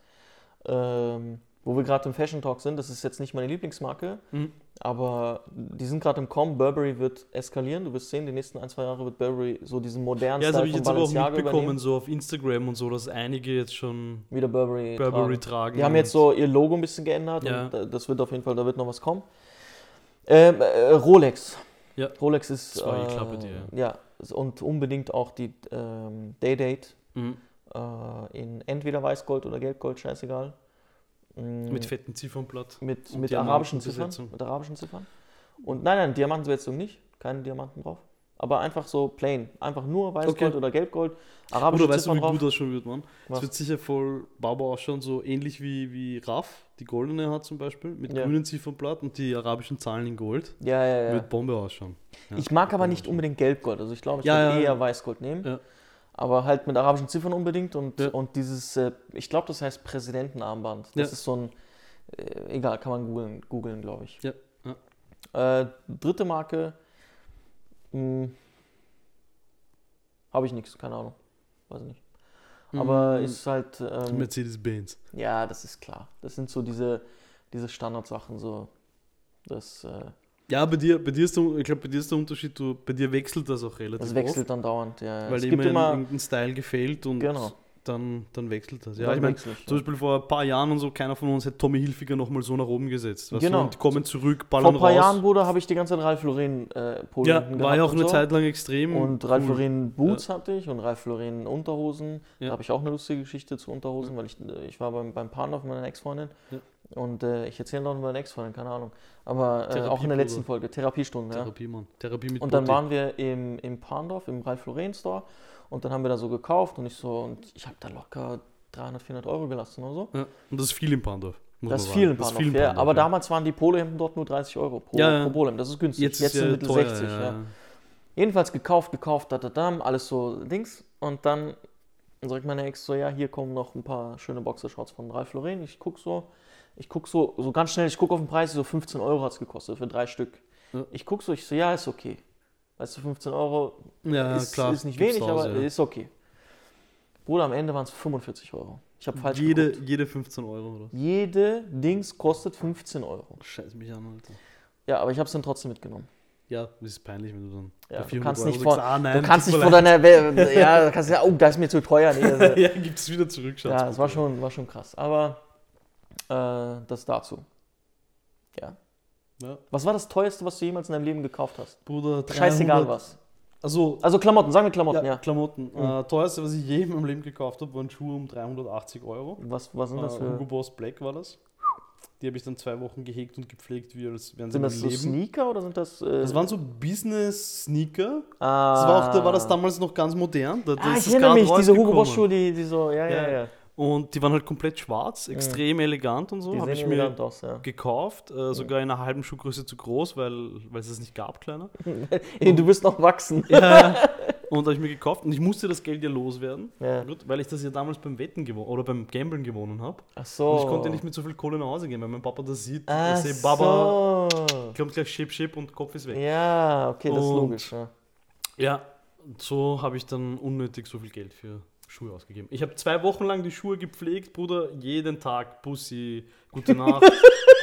S1: Ähm, wo wir gerade im Fashion Talk sind, das ist jetzt nicht meine Lieblingsmarke,
S3: Mhm.
S1: aber die sind gerade im Kommen. Burberry wird eskalieren, du wirst sehen, die nächsten ein, zwei Jahre wird Burberry so diesen modernen
S3: Ja,
S1: Style
S3: das habe ich
S1: von
S3: jetzt aber auch
S1: Balenciaga
S3: mitbekommen,
S1: übernehmen.
S3: so auf Instagram und so, dass einige jetzt schon
S1: Wieder Burberry,
S3: Burberry
S1: tragen.
S3: tragen.
S1: Die haben jetzt so ihr Logo ein bisschen geändert
S3: Ja.
S1: und äh, das wird auf jeden Fall, da wird noch was kommen. Ähm, äh, Rolex.
S3: Ja.
S1: Rolex ist.
S3: Das war geklappert,
S1: äh, ja. und unbedingt auch die ähm, Day-Date
S3: Mhm.
S1: äh, in entweder Weißgold oder Gelbgold, scheißegal. Mm,
S3: Mit fetten Ziffernblatt.
S1: mit,
S3: und
S1: mit arabischen Ziffern.
S3: Diamantenbesetzung.
S1: Mit arabischen Ziffern. Und nein, nein, Diamantenbesetzung nicht. Keine Diamanten drauf. Aber einfach so plain. Einfach nur Weißgold
S3: Okay.
S1: oder Gelbgold.
S3: Oder
S1: Arabische
S3: weißt du,
S1: Ziffern
S3: wie
S1: drauf.
S3: gut das schon wird, Mann?
S1: Was?
S3: Es wird sicher voll Baba auch schon so ähnlich wie, wie Raff, die goldene hat zum Beispiel, mit
S1: Ja.
S3: grünen Ziffernblatt und die arabischen Zahlen in Gold.
S1: Ja, ja, ja.
S3: Wird Bombe ausschauen. Ja,
S1: Ich mag
S3: wird
S1: aber
S3: Bombe
S1: nicht
S3: ausschauen.
S1: unbedingt Gelbgold. Also ich glaube, ich
S3: Ja,
S1: würde
S3: ja,
S1: eher
S3: ja.
S1: Weißgold nehmen.
S3: Ja.
S1: Aber halt mit arabischen Ziffern unbedingt und,
S3: Ja.
S1: und dieses, äh, ich glaube, das heißt Präsidentenarmband. Das
S3: Ja.
S1: ist so ein, äh, egal, kann man googeln, googeln glaube ich.
S3: Ja,
S1: Äh, dritte Marke, habe ich nichts, keine Ahnung, weiß nicht. Aber
S3: Mm,
S1: ist halt, ähm,
S3: Mercedes-Benz.
S1: ja, das ist klar. Das sind so diese, diese Standardsachen, so das, äh,
S3: Ja, bei dir, bei dir ist der, ich glaube, bei dir ist der Unterschied, du, bei dir wechselt das auch relativ
S1: das wechselt
S3: oft,
S1: dann dauernd. Ja. ja.
S3: weil
S1: es
S3: dir
S1: gibt
S3: immer
S1: immer,
S3: irgendein Style gefällt und
S1: Genau.
S3: dann, dann wechselt das. Also Ja,
S1: Dann
S3: ich meine,
S1: wechsel ich,
S3: zum Beispiel vor ein paar Jahren und so, keiner von uns hätte Tommy Hilfiger nochmal so nach oben gesetzt. Weißt
S1: Genau.
S3: Du? Und die kommen zurück,
S1: Vor
S3: ballern
S1: ein paar
S3: raus.
S1: Jahren, Bruder, habe ich die ganze Zeit Ralf Lauren äh, Polo hinten
S3: ja, war
S1: gehabt
S3: ja auch
S1: und
S3: eine
S1: so.
S3: Zeit lang extrem.
S1: Und Ralf
S3: cool.
S1: Lauren Boots hatte ich und Ralf Lauren Unterhosen.
S3: Ja.
S1: Da habe ich auch eine lustige Geschichte zu Unterhosen, weil ich, äh, ich war beim, beim Partner von meiner Ex-Freundin.
S3: Ja.
S1: Und äh, ich erzähle noch über meine Ex-Freundin, keine Ahnung. Aber äh,
S3: Therapie
S1: auch in der
S3: pur.
S1: letzten Folge, Therapiestunde. ja.
S3: Therapie, Mann. Therapie mit
S1: Und dann
S3: Botti.
S1: waren wir im, im Pandorf, im Ralf Lauren Store. Und dann haben wir da so gekauft und ich so, und ich habe da locker 300, 400 Euro gelassen oder so.
S3: Ja. Und das ist viel in Pandorf. muss
S1: Das ist
S3: man
S1: viel
S3: sagen.
S1: im
S3: Das ist
S1: Bahnhof,
S3: viel in
S1: ja.
S3: Pandorf,
S1: Aber
S3: ja.
S1: damals waren die Polohemden dort nur 30 Euro pro,
S3: Ja, ja.
S1: pro Polohemd. Das ist günstig. Jetzt,
S3: Jetzt, ist
S1: sind
S3: ja
S1: Mittel
S3: teuer,
S1: 60.
S3: ja,
S1: Ja.
S3: ja.
S1: Jedenfalls gekauft, gekauft, da, da, da, alles so Dings. Und dann sagt meine Ex so, ja, hier kommen noch ein paar schöne Boxershorts von Ralf Lauren. Ich guck so, ich guck so, so ganz schnell, ich guck auf den Preis, so 15 Euro hat es gekostet für drei Stück.
S3: Ja.
S1: Ich guck so, ich so, ja, ist okay. Weißt du, 15 Euro
S3: Ja,
S1: ist,
S3: klar.
S1: ist nicht
S3: gibt's
S1: wenig,
S3: zu Hause,
S1: aber
S3: ja.
S1: ist okay. Bruder, am Ende waren es 45 Euro. Ich habe falsch
S3: jede,
S1: geguckt.
S3: jede 15 Euro oder?
S1: Jede Dings kostet 15 Euro.
S3: Scheiß mich an, Alter.
S1: Ja, aber ich habe es dann trotzdem mitgenommen.
S3: Ja, das ist peinlich, wenn du dann
S1: Ja,
S3: bei
S1: du
S3: 400
S1: kannst
S3: Euro
S1: nicht
S3: sagst,
S1: vor-
S3: ah, nein,
S1: du kannst
S3: tut
S1: nicht
S3: mir
S1: vor
S3: leid.
S1: deiner Welt, ja, du kannst ja, oh, das ist mir zu teuer. Nee,
S3: [laughs]
S1: das,
S3: Ja, gibt's wieder zurück, Schatz.
S1: ja, das war schon, war schon krass. Aber äh, das dazu. Ja.
S3: Ja.
S1: Was war das teuerste, was du jemals in deinem Leben gekauft hast?
S3: Bruder, 300,
S1: Scheißegal was.
S3: Also,
S1: Also Klamotten, sagen wir
S3: ja,
S1: Klamotten, ja. Mhm.
S3: Klamotten. Äh, teuerste, was ich je in meinem Leben gekauft habe, waren Schuhe um 380 Euro.
S1: Was, was
S3: Äh,
S1: sind das
S3: Hugo
S1: für.
S3: Boss Black war das. Die habe ich dann zwei Wochen gehegt und gepflegt, wie als wären sie
S1: Sind
S3: mein
S1: das so
S3: Leben.
S1: Sneaker oder sind das. Äh,
S3: das waren so Business-Sneaker.
S1: ah,
S3: Das war, auch, da war das damals noch ganz modern. Da, da
S1: Ah,
S3: ist
S1: ich
S3: das
S1: erinnere
S3: gerade
S1: mich, diese Hugo
S3: rausgekommen.
S1: Boss Schuhe, die, die so. Ja, ja,
S3: Ja,
S1: ja.
S3: Und die waren halt komplett schwarz, extrem elegant und so.
S1: Die
S3: Habe
S1: sehen
S3: ich mir
S1: elegant aus, ja.
S3: gekauft, äh, sogar in einer halben Schuhgröße zu groß, weil, weil es es nicht gab, kleiner.
S1: Ey, du wirst noch wachsen.
S3: Und habe ich mir gekauft und ich musste das Geld ja loswerden,
S1: Ja.
S3: gut, weil ich das ja damals beim Wetten gewonnen oder beim Gamblen gewonnen habe.
S1: Ach
S3: Und
S1: so.
S3: ich konnte nicht mit so viel Kohle nach Hause gehen, weil mein Papa das sieht.
S1: Ach
S3: er sieht, Baba,
S1: so.
S3: kommt gleich Schip, Schip und Kopf ist weg.
S1: Ja, okay, das ist
S3: Und-
S1: logisch. Ja.
S3: Ja, und so habe ich dann unnötig so viel Geld für Schuhe ausgegeben. Ich habe zwei Wochen lang die Schuhe gepflegt, Bruder, jeden Tag, Pussy,
S1: [laughs]
S3: gute Nacht,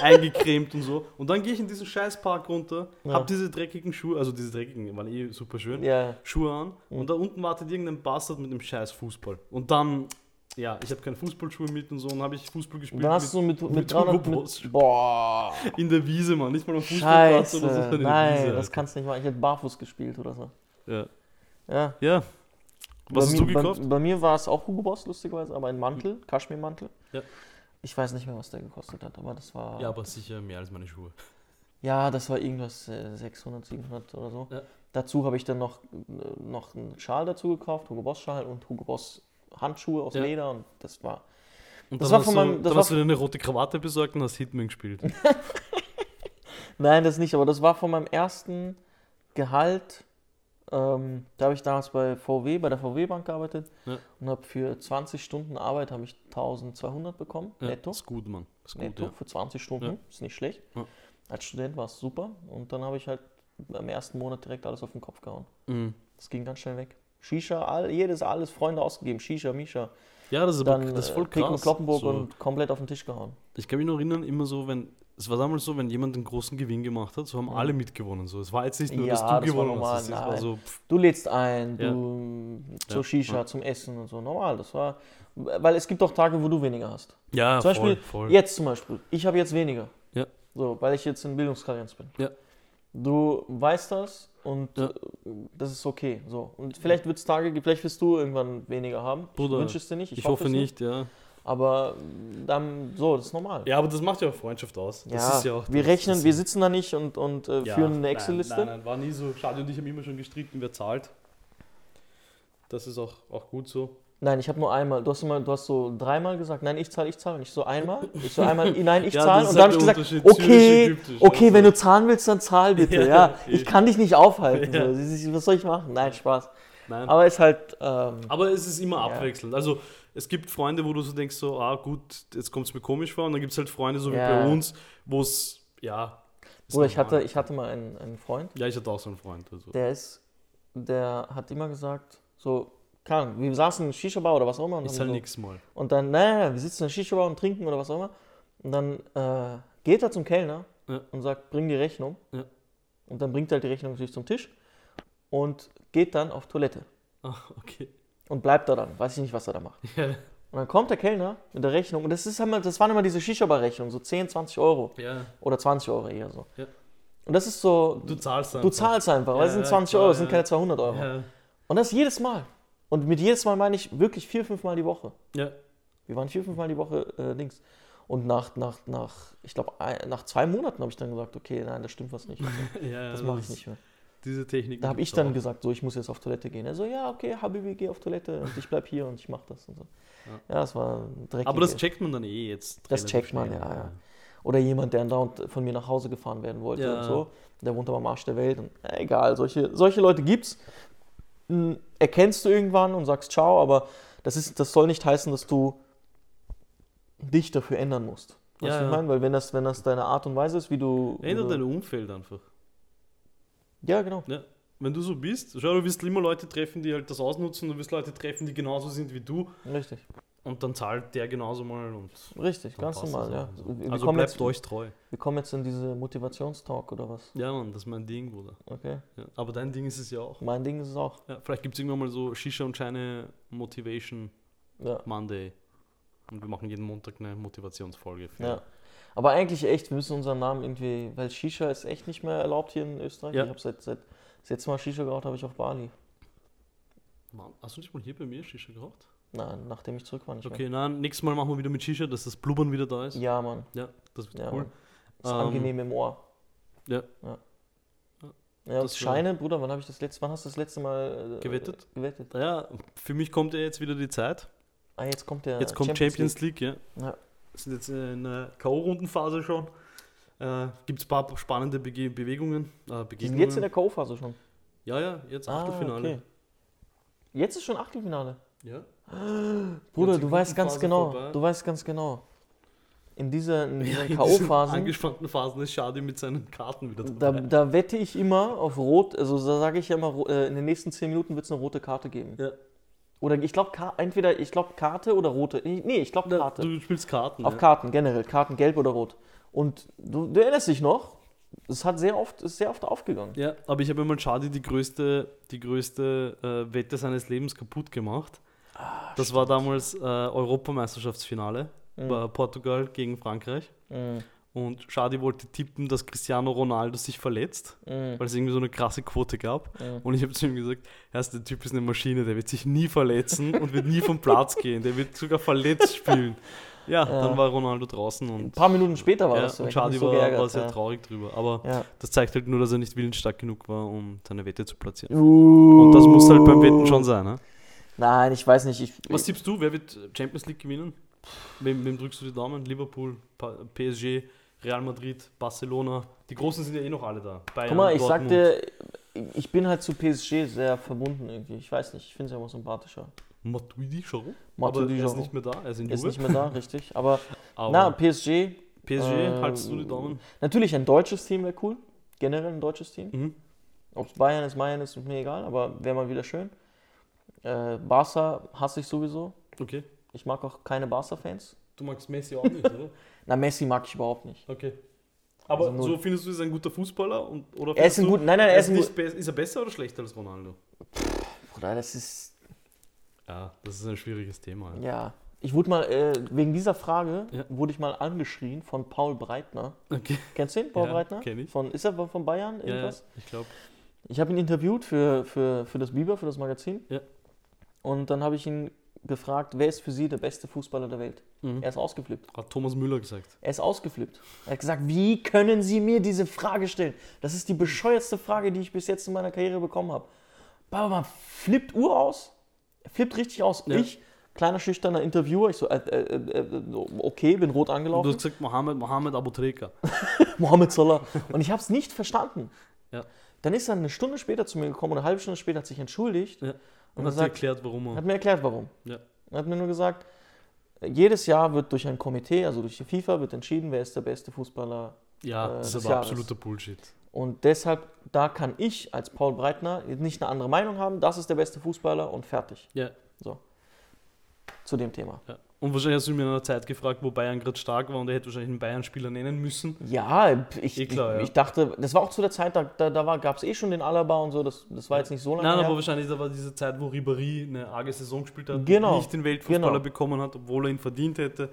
S3: eingecremt und so. Und dann gehe ich in diesen Scheißpark runter, habe diese dreckigen Schuhe, also diese dreckigen, waren eh super schön,
S1: Ja.
S3: Schuhe an und da unten wartet irgendein Bastard mit einem scheiß Fußball. Und dann, ja, ich habe keine Fußballschuhe mit und so und habe ich Fußball
S1: Und
S3: gespielt
S1: dann hast du mit, mit,
S3: mit
S1: 300.
S3: Hugo
S1: Mit,
S3: Boss.
S1: boah,
S3: mit, in der Wiese, Mann, nicht mal am Fußballplatz
S1: scheiße.
S3: oder so. in der
S1: Nein,
S3: Wiese,
S1: das
S3: Alter.
S1: kannst du nicht machen. Ich hätte barfuß gespielt oder so.
S3: Ja.
S1: Ja.
S3: ja. Was
S1: bei
S3: hast
S1: mir,
S3: du gekauft?
S1: Bei, bei mir war es auch Hugo Boss, lustigerweise, aber ein Mantel, Kaschmirmantel.
S3: Ja.
S1: Ich weiß nicht mehr, was der gekostet hat, aber das war.
S3: Ja, aber sicher mehr als meine Schuhe.
S1: Ja, das war irgendwas äh, 600, 700 oder so.
S3: Ja.
S1: Dazu habe ich dann noch, äh, noch einen Schal dazu gekauft, Hugo Boss Schal und Hugo Boss Handschuhe aus
S3: Ja.
S1: Leder und das war.
S3: Und
S1: Das
S3: das
S1: war
S3: dann,
S1: von
S3: hast,
S1: meinem-
S3: du,
S1: das
S3: dann
S1: war
S3: hast du dir eine rote Krawatte besorgt und hast
S1: [laughs]
S3: Hitman gespielt.
S1: Nein, das nicht, aber das war von meinem ersten Gehalt. Ähm, da habe ich damals bei VW, bei der VW-Bank gearbeitet
S3: Ja.
S1: und habe für 20 Stunden Arbeit habe ich 1200 bekommen,
S3: Ja,
S1: netto.
S3: Ist gut, Mann. Ist gut,
S1: netto
S3: ja.
S1: für 20 Stunden,
S3: Ja.
S1: ist nicht schlecht.
S3: Ja.
S1: Als Student war es super und dann habe ich halt am ersten Monat direkt alles auf den Kopf gehauen.
S3: Mhm.
S1: Das ging ganz schnell weg. Shisha, all, jedes, alles Freunde ausgegeben, Shisha, Misha.
S3: Ja, das ist aber
S1: Dann
S3: Also das ist
S1: äh,
S3: voll
S1: Pick und
S3: krass.
S1: Kloppenburg
S3: so.
S1: und komplett auf den Tisch gehauen.
S3: ich kann mich noch erinnern, immer so, wenn. Es war damals so, wenn jemand einen großen Gewinn gemacht hat, so haben alle mitgewonnen. So. Es war jetzt nicht nur,
S1: Ja,
S3: dass du
S1: das war
S3: gewonnen
S1: normal,
S3: hast. Das
S1: nein.
S3: war so, pff,
S1: Du lädst ein,
S3: Ja.
S1: du zur
S3: Ja,
S1: Shisha, zum Essen und so. Normal, das war. Weil es gibt auch Tage, wo du weniger hast.
S3: ja,
S1: Zum
S3: voll,
S1: Beispiel,
S3: voll.
S1: jetzt zum Beispiel, ich habe jetzt weniger.
S3: Ja.
S1: So, weil ich jetzt in Bildungskarenz bin.
S3: Ja.
S1: Du weißt das und
S3: Ja.
S1: äh, das ist okay. So. Und vielleicht wird es Tage geben, vielleicht wirst du irgendwann weniger haben.
S3: Bruder,
S1: ich wünsche es dir nicht.
S3: ich, hoffe
S1: es
S3: nicht, ja.
S1: Aber mm, dann, so, das ist normal.
S3: Ja, aber das macht ja auch Freundschaft aus. Das
S1: Ja,
S3: ist ja auch
S1: wir
S3: das,
S1: rechnen,
S3: das
S1: wir sitzen da nicht und, und äh,
S3: Ja,
S1: führen eine
S3: Nein,
S1: Excel-Liste.
S3: nein, nein, war nie so. Schade und ich haben immer schon gestritten, wer zahlt. Das ist auch, auch gut so.
S1: Nein, ich habe nur einmal. Du hast immer, du hast so dreimal gesagt, nein, ich zahle, ich zahle. Nicht so einmal. Ich so
S3: [laughs]
S1: einmal, nein, ich
S3: Ja, das
S1: zahle.
S3: ist
S1: Und dann habe
S3: halt
S1: ich
S3: der
S1: gesagt,
S3: Unterschied
S1: okay,
S3: zürich-ägyptisch,
S1: okay,
S3: also.
S1: wenn du zahlen willst, dann
S3: [laughs]
S1: zahl bitte. Ja,
S3: Ja,
S1: ich
S3: eh.
S1: kann dich nicht
S3: [laughs]
S1: aufhalten.
S3: Ja.
S1: So. Das ist- Was soll ich machen? Nein, Spaß.
S3: Nein.
S1: Aber ist halt, ähm,
S3: Aber es ist immer
S1: Ja.
S3: abwechselnd. Also es gibt Freunde, wo du so denkst, so, ah gut, jetzt kommt es mir komisch vor. Und dann gibt es halt Freunde, so wie
S1: Ja.
S3: bei uns, wo es, ja. ist
S1: Bruder, ich hatte,
S3: normal.
S1: ich hatte mal einen, einen Freund,
S3: Ja, ich hatte auch so einen Freund. Also.
S1: der ist, der hat immer gesagt, so, keine Ahnung, wir saßen in Shisha-Bar oder was auch immer. und
S3: Ist
S1: haben
S3: halt
S1: so,
S3: nix mal.
S1: Und dann, nein, nein, wir sitzen in der Shisha-Bar und trinken oder was auch immer. Und dann äh, geht er zum Kellner
S3: Ja.
S1: und sagt, bring die Rechnung.
S3: Ja.
S1: Und dann bringt er halt die Rechnung natürlich zum Tisch und geht dann auf Toilette.
S3: Ah, okay.
S1: und bleibt da dann. Weiß ich nicht, was er da macht. Und dann kommt der Kellner mit der Rechnung. Und das, ist immer, das waren immer diese Shisha-Bar-Rechnungen, so 10, 20 Euro.
S3: Ja.
S1: Oder 20 Euro eher so.
S3: Ja.
S1: Und das ist so,
S3: Du zahlst dann.
S1: du zahlst einfach, weil es sind
S3: ja,
S1: 20
S3: klar,
S1: Euro, es sind
S3: ja.
S1: keine 200 Euro.
S3: Ja.
S1: Und das jedes Mal. Und mit jedes Mal meine ich wirklich vier, fünf Mal die Woche.
S3: ja.
S1: Wir waren vier, fünf Mal die Woche äh, links. Und nach, nach, nach ich glaube, nach zwei Monaten habe ich dann gesagt, okay, nein, das stimmt
S3: [laughs]
S1: was nicht.
S3: ja
S1: Das mache ich nicht mehr.
S3: Diese Technik.
S1: Da habe ich dann gesagt, so, ich muss jetzt auf Toilette gehen. Er so, ja, okay, Habibi, geh auf Toilette und ich bleib hier und ich mache das und so. Ja, das war dreckig.
S3: Aber das checkt man dann eh jetzt.
S1: Das
S3: relativ
S1: checkt man,
S3: schnell.
S1: ja, ja. Oder jemand, der andauernd von mir nach Hause gefahren werden wollte
S3: Ja.
S1: und so. Der wohnt aber am Arsch der Welt. Und, äh, egal, solche, solche Leute gibt's. Hm, Erkennst du irgendwann und sagst ciao, aber das, ist, das soll nicht heißen, dass du dich dafür ändern musst. Weißt
S3: Ja,
S1: du, was ich
S3: ja.
S1: meine? Weil wenn das, wenn das deine Art und Weise ist, wie du... wie
S3: Ändert
S1: du,
S3: dein Umfeld einfach.
S1: Ja, genau.
S3: Ja. Wenn du so bist, schau, du wirst immer Leute treffen, die halt das ausnutzen, du wirst Leute treffen, die genauso sind wie du
S1: Richtig.
S3: und dann zahlt der genauso mal und
S1: Richtig,
S3: dann
S1: ganz
S3: passt
S1: normal,
S3: das
S1: ja.
S3: auch.
S1: Wir,
S3: Also
S1: kommen
S3: bleibt
S1: jetzt,
S3: euch treu.
S1: wir kommen jetzt in diese Motivationstalk oder was?
S3: Ja, Mann, das ist mein Ding, Bruder.
S1: Okay.
S3: Ja. Aber dein Ding ist es ja auch.
S1: Mein Ding ist es auch.
S3: Ja, vielleicht gibt es irgendwann mal so Shisha und Scheine Motivation
S1: Ja.
S3: Monday. Und wir machen jeden Montag eine Motivationsfolge. für-
S1: Ja. Aber eigentlich echt, wir müssen unseren Namen irgendwie, weil Shisha ist echt nicht mehr erlaubt hier in Österreich.
S3: Ja.
S1: Ich habe seit, seit das letzte Mal Shisha geraucht, habe ich auf Bali.
S3: Mann, hast du nicht mal hier bei mir Shisha geraucht?
S1: Nein, nachdem ich zurück war nicht
S3: Okay, nein, nächstes Mal machen wir wieder mit Shisha, dass das Blubbern wieder da ist.
S1: mehr. Ja, Mann.
S3: Ja, das wird
S1: Ja,
S3: cool.
S1: Mann. Ist
S3: Ähm,
S1: angenehm im Ohr.
S3: ja.
S1: Ja,
S3: Ja,
S1: ja und
S3: das wär-
S1: Scheine, Bruder, wann, hab ich das letzte, wann hast du das letzte Mal äh,
S3: Ähm, Gewettet?
S1: gewettet?
S3: Ja, für mich kommt ja jetzt wieder die Zeit.
S1: Ah, jetzt kommt der
S3: Jetzt kommt Champions League, ja.
S1: Ja.
S3: Wir sind jetzt in der K.O.-Rundenphase schon. Äh, Gibt es ein paar spannende Bege Bewegungen. Äh,
S1: Die
S3: Begegnungen.
S1: sind jetzt in der K.O.-Phase schon. Ah,
S3: ja, ja, jetzt Achtelfinale.
S1: okay. Jetzt ist schon Achtelfinale.
S3: Ja.
S1: Bruder,
S3: Jetzt die
S1: du weißt ganz
S3: Gruppenphase
S1: genau.
S3: vorbei.
S1: Du weißt ganz genau. In dieser in
S3: Ja,
S1: diesen
S3: in diesen
S1: K.O.-Phasen.
S3: angespannten Phasen ist Schadi mit seinen Karten wieder
S1: Da,
S3: dabei.
S1: da wette ich immer auf Rot, also da sage ich ja immer, ro- äh, in den nächsten 10 Minuten wird es eine rote Karte geben.
S3: Ja.
S1: Oder ich glaube, entweder ich glaube Karte oder rote. Nee, nee, ich glaube
S3: Na,
S1: Karte.
S3: Du spielst Karten.
S1: auf
S3: ja.
S1: Karten generell, Karten gelb oder rot. Und du, du erinnerst dich noch, es hat sehr oft, ist sehr oft aufgegangen.
S3: Ja, aber ich habe mal Schadi die größte, die größte äh, Wette seines Lebens kaputt gemacht.
S1: Ah,
S3: das war damals äh, Europameisterschaftsfinale, war Portugal gegen Frankreich.
S1: Mhm.
S3: Und Schadi wollte tippen, dass Cristiano Ronaldo sich verletzt,
S1: Mhm.
S3: [laughs] weil es irgendwie so eine krasse Quote gab.
S1: Mhm.
S3: Und ich habe zu ihm gesagt, Herr, der Typ ist eine Maschine, der wird sich nie verletzen und wird nie vom Platz gehen, der wird sogar verletzt spielen. Ja, dann war Ronaldo draußen
S1: Ein
S3: und,
S1: paar Minuten später war
S3: ja,
S1: das. so,
S3: und
S1: ich hab
S3: Schadi
S1: mich so
S3: war,
S1: geärgert,
S3: war sehr
S1: ja.
S3: traurig drüber. Aber
S1: Ja.
S3: das zeigt halt nur, dass er nicht willensstark genug war, um seine Wette zu platzieren.
S1: Und
S3: Und das muss halt beim Wetten schon sein. Ne?
S1: Nein, ich weiß nicht. Ich,
S3: Was tippst du? Wer wird Champions League gewinnen? Wem, wem drückst du die Daumen? Liverpool, Pa- PSG, Real Madrid, Barcelona. Die Großen sind ja eh noch alle da. Bayern,
S1: Guck mal, ich
S3: Dortmund.
S1: sagte, ich bin halt zu PSG sehr verbunden irgendwie. Ich weiß nicht, ich finde es ja immer sympathischer.
S3: Matuidi schon. Aber
S1: Matuidi
S3: er ist
S1: schon.
S3: nicht mehr da. Er ist in
S1: Er ist
S3: Juve.
S1: nicht mehr
S3: [laughs]
S1: da, richtig. Aber
S3: Aber
S1: Na, PSG.
S3: PSG,
S1: äh,
S3: haltest du die Daumen?
S1: Natürlich, ein deutsches Team wäre cool. Generell ein deutsches Team.
S3: Mhm.
S1: Ob es Bayern ist, Bayern ist, ist mir egal, aber wäre mal wieder schön. Äh, Barca hasse ich sowieso.
S3: Okay.
S1: Ich mag auch keine Barca-Fans.
S3: Du magst Messi auch nicht, oder?
S1: Na, Messi mag ich überhaupt nicht.
S3: Okay. Aber
S1: Also null.
S3: so findest du, ist ein guter Fußballer? Und, oder
S1: Er ist
S3: findest
S1: ein
S3: du,
S1: guter, nein, nein,
S3: er ist,
S1: ein
S3: nicht,
S1: guter.
S3: be- ist er besser oder schlechter als Ronaldo?
S1: Bruder, das ist,
S3: Ja, das ist ein schwieriges Thema.
S1: ja. Ich wurde mal, äh, wegen dieser Frage,
S3: Ja.
S1: wurde ich mal angeschrien von Paul Breitner.
S3: Okay.
S1: Kennst du ihn, Paul
S3: Ja,
S1: Breitner?
S3: kenn ich.
S1: Von, ist er von Bayern
S3: Ja, ja,
S1: irgendwas?
S3: ich glaube.
S1: Ich habe ihn interviewt für, für, für das Biber, für das Magazin.
S3: Ja.
S1: Und dann habe ich ihn gefragt, wer ist für Sie der beste Fußballer der Welt?
S3: Mhm.
S1: Er ist ausgeflippt.
S3: Hat Thomas Müller gesagt.
S1: Er ist ausgeflippt. Er hat gesagt, wie können Sie mir diese Frage stellen? Das ist die bescheuertste Frage, die ich bis jetzt in meiner Karriere bekommen habe. Baba man flippt Uhr aus. Er flippt richtig aus.
S3: Ja.
S1: Ich, kleiner schüchterner Interviewer, ich so, äh, äh, äh, äh, okay, bin rot
S3: Und du
S1: angelaufen.
S3: hast gesagt, Mohamed, Mohamed Abutreka.
S1: Mohammed Salah. Und ich habe es nicht verstanden.
S3: Ja.
S1: Dann ist er eine Stunde später zu mir gekommen, oder eine halbe Stunde später, hat sich entschuldigt.
S3: Ja.
S1: er
S3: Und hat dir
S1: sagt-
S3: erklärt, warum
S1: Hat
S3: er.
S1: mir erklärt, warum.
S3: Ja.
S1: Er hat mir nur gesagt, jedes Jahr wird durch ein Komitee, also durch die FIFA, wird entschieden, wer ist der beste Fußballer.
S3: Ja,
S1: äh,
S3: das
S1: des
S3: ist aber
S1: Jahres.
S3: absoluter Bullshit.
S1: Und deshalb, da kann ich als Paul Breitner nicht eine andere Meinung haben, das ist der beste Fußballer und fertig.
S3: Ja.
S1: Zu dem Thema.
S3: Ja. Und wahrscheinlich hast du ihn in einer Zeit gefragt, wo Bayern gerade stark war und er hätte wahrscheinlich einen Bayern-Spieler nennen müssen.
S1: Ja, ich,
S3: Eh klar,
S1: ich,
S3: ja.
S1: ich dachte, das war auch zu der Zeit, da, da, da gab es eh schon den Alaba und so, das, das war jetzt nicht so lange
S3: Nein,
S1: her.
S3: aber wahrscheinlich war diese Zeit, wo Ribéry eine arge Saison gespielt hat,
S1: Genau,
S3: nicht den Weltfußballer
S1: genau.
S3: bekommen hat, obwohl er ihn verdient hätte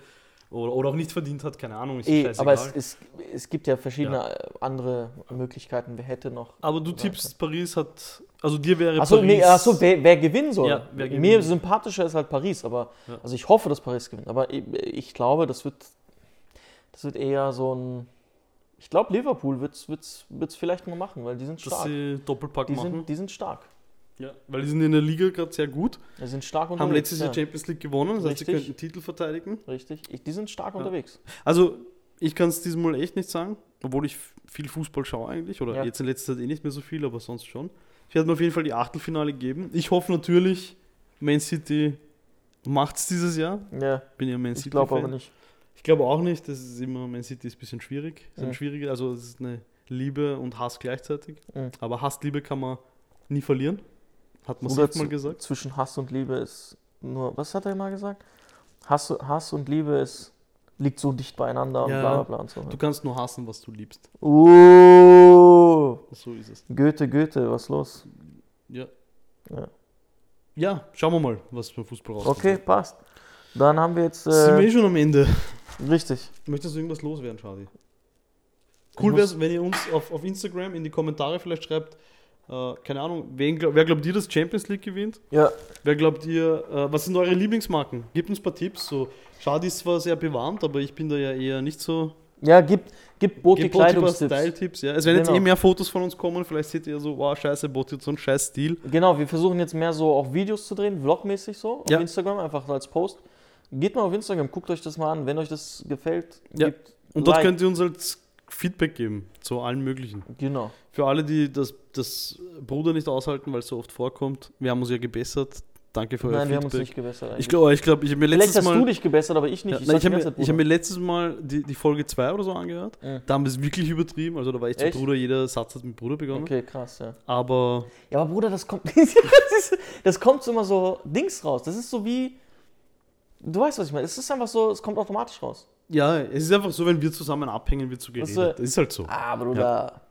S3: oder, oder auch nicht verdient hat, keine Ahnung, ist
S1: eh,
S3: scheißegal.
S1: aber es, es, es gibt ja verschiedene äh, andere Möglichkeiten, wer hätte noch.
S3: aber du tippst, Paris hat, also dir wäre
S1: Achso,
S3: Paris...
S1: nee, achso wer, wer gewinnen soll.
S3: Ja, wer gewinnen
S1: Mir
S3: soll.
S1: sympathischer ist halt Paris, aber
S3: Ja.
S1: also ich hoffe, dass Paris gewinnt. Aber ich, ich glaube, das wird, das wird eher so ein. Ich glaube, Liverpool wird es wird's, wird's vielleicht mal machen, weil die sind
S3: dass
S1: stark.
S3: sie Doppelpack
S1: Die
S3: machen.
S1: sind, die sind stark.
S3: ja, weil die sind in der Liga gerade sehr gut,
S1: Die sind stark unterwegs.
S3: haben letztes Jahr
S1: ja.
S3: Champions League gewonnen, das heißt, sie
S1: Richtig.
S3: könnten Titel verteidigen.
S1: Richtig. Ich, die sind stark unterwegs.
S3: Also, ich kann es diesem Mal echt nicht sagen, obwohl ich f- viel Fußball schaue eigentlich. Oder
S1: Ja.
S3: jetzt in letzter Zeit eh nicht mehr so viel, aber sonst schon. Ich werde mir auf jeden Fall die Achtelfinale geben. Ich hoffe natürlich, Man City macht es dieses Jahr.
S1: Ja,
S3: Bin ja Man
S1: ich
S3: City.
S1: glaube aber
S3: Fan.
S1: nicht.
S3: Ich glaube auch nicht. Das ist immer, Man City ist ein bisschen schwierig. Ist ein
S1: Mhm.
S3: schwieriger, also es ist eine Liebe und Hass gleichzeitig.
S1: Mhm.
S3: Aber Hass-Liebe kann man nie verlieren. Hat man
S1: Oder
S3: selbst mal
S1: zu-
S3: gesagt.
S1: Zwischen Hass und Liebe ist nur. Was hat er immer gesagt? Hass, Hass und Liebe ist, liegt so dicht beieinander
S3: Ja.
S1: und bla bla bla und so.
S3: Du kannst nur hassen, was du liebst.
S1: Uh,
S3: So ist es.
S1: Goethe, Goethe, was los?
S3: Ja.
S1: Ja.
S3: Ja, schauen wir mal, was beim Fußball rauskommt.
S1: Okay, passt. Dann haben wir jetzt.
S3: Sind wir eh
S1: Äh,
S3: schon am Ende?
S1: richtig.
S3: Möchtest du irgendwas loswerden, Charlie?
S1: Ich
S3: Cool
S1: muss-
S3: wäre es, wenn ihr uns auf, auf Instagram in die Kommentare vielleicht schreibt, äh, keine Ahnung, wen, glaub- wer glaubt ihr, dass Champions League gewinnt?
S1: Ja,
S3: Wer glaubt ihr, äh, was sind eure Lieblingsmarken? Gebt uns ein paar Tipps. So, Schadi ist zwar sehr bewarmt, aber ich bin da ja eher nicht so.
S1: ja gibt, gibt Boti
S3: Gebt uns ein paar
S1: Kleidungstipps.
S3: Style-Tipps. Ja. Es werden
S1: Genau.
S3: jetzt eh mehr Fotos von uns kommen. Vielleicht seht ihr so, wow, scheiße, Boti hat so einen scheiß Stil.
S1: Genau, wir versuchen jetzt mehr so auch Videos zu drehen, vlogmäßig so, auf
S3: Ja.
S1: Instagram, einfach als Post. Geht mal auf Instagram, guckt euch das mal an. Wenn euch das gefällt,
S3: Ja.
S1: gebt
S3: Und dort
S1: Like.
S3: könnt ihr uns als Feedback geben zu allen möglichen.
S1: Genau.
S3: Für alle, die das, das Bruder nicht aushalten, weil es so oft vorkommt, wir haben uns ja gebessert. Danke für euer
S1: Nein, wir haben
S3: Feedback.
S1: uns nicht gebessert eigentlich.
S3: ich glaube, ich, glaub, ich habe mir
S1: Vielleicht
S3: letztes
S1: hast du
S3: Mal,
S1: dich gebessert, aber ich nicht.
S3: ja,
S1: ich
S3: nein,
S1: sag
S3: ich
S1: die
S3: hab
S1: ganze
S3: mir,
S1: Zeit,
S3: ich hab
S1: Bruder.
S3: mir letztes Mal die, die Folge 2 oder so angehört.
S1: Mhm.
S3: Da haben wir es wirklich übertrieben. Also da war ich zu
S1: Echt?
S3: Bruder, jeder Satz hat mit Bruder begonnen.
S1: Okay, krass, ja.
S3: Aber
S1: Ja, aber Bruder, das kommt, [laughs] das ist, das kommt so immer so Dings raus. Das ist so wie, du weißt, was ich meine. Es ist einfach so, es kommt automatisch raus.
S3: ja, es ist einfach so, wenn wir zusammen abhängen, wird so geredet.
S1: so-
S3: Das ist halt so.
S1: Ah, Bruder.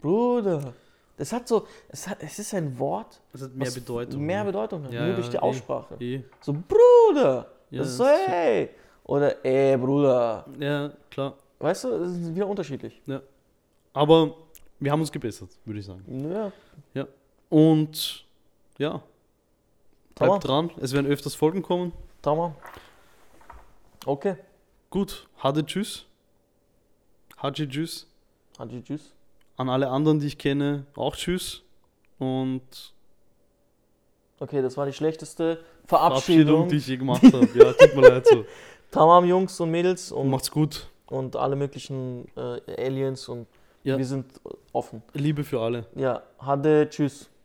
S1: Bruder. Das hat so, es, hat, es ist ein Wort,
S3: Das hat mehr
S1: was [laughs]
S3: Bedeutung.
S1: mehr
S3: ne?
S1: Bedeutung hat,
S3: Ja,
S1: nur
S3: ja,
S1: durch die
S3: eh,
S1: Aussprache.
S3: Eh.
S1: So, Bruder.
S3: Ja,
S1: das ist so,
S3: das ist-
S1: ey. Oder, ey, Bruder.
S3: Ja, klar.
S1: Weißt du, es ist wieder unterschiedlich.
S3: Aber wir haben uns gebessert, würde ich sagen.
S1: Ja,
S3: Und ja,
S1: Tamam.
S3: bleibt dran. Es werden öfters Folgen kommen.
S1: tamam. Okay.
S3: Gut, harte Tschüss. Haji Tschüss.
S1: Haji, tschüss.
S3: An alle anderen, die ich kenne, auch Tschüss. Und
S1: Okay, das war die schlechteste Verabschiedung.
S3: Verabschiedung, die ich je gemacht habe. Ja, tut mir leid so.
S1: Tamam, Jungs und Mädels
S3: Und
S1: und,
S3: macht's gut.
S1: und alle möglichen äh, Aliens und
S3: Ja.
S1: wir sind offen.
S3: Liebe für alle.
S1: Ja, Hade, tschüss.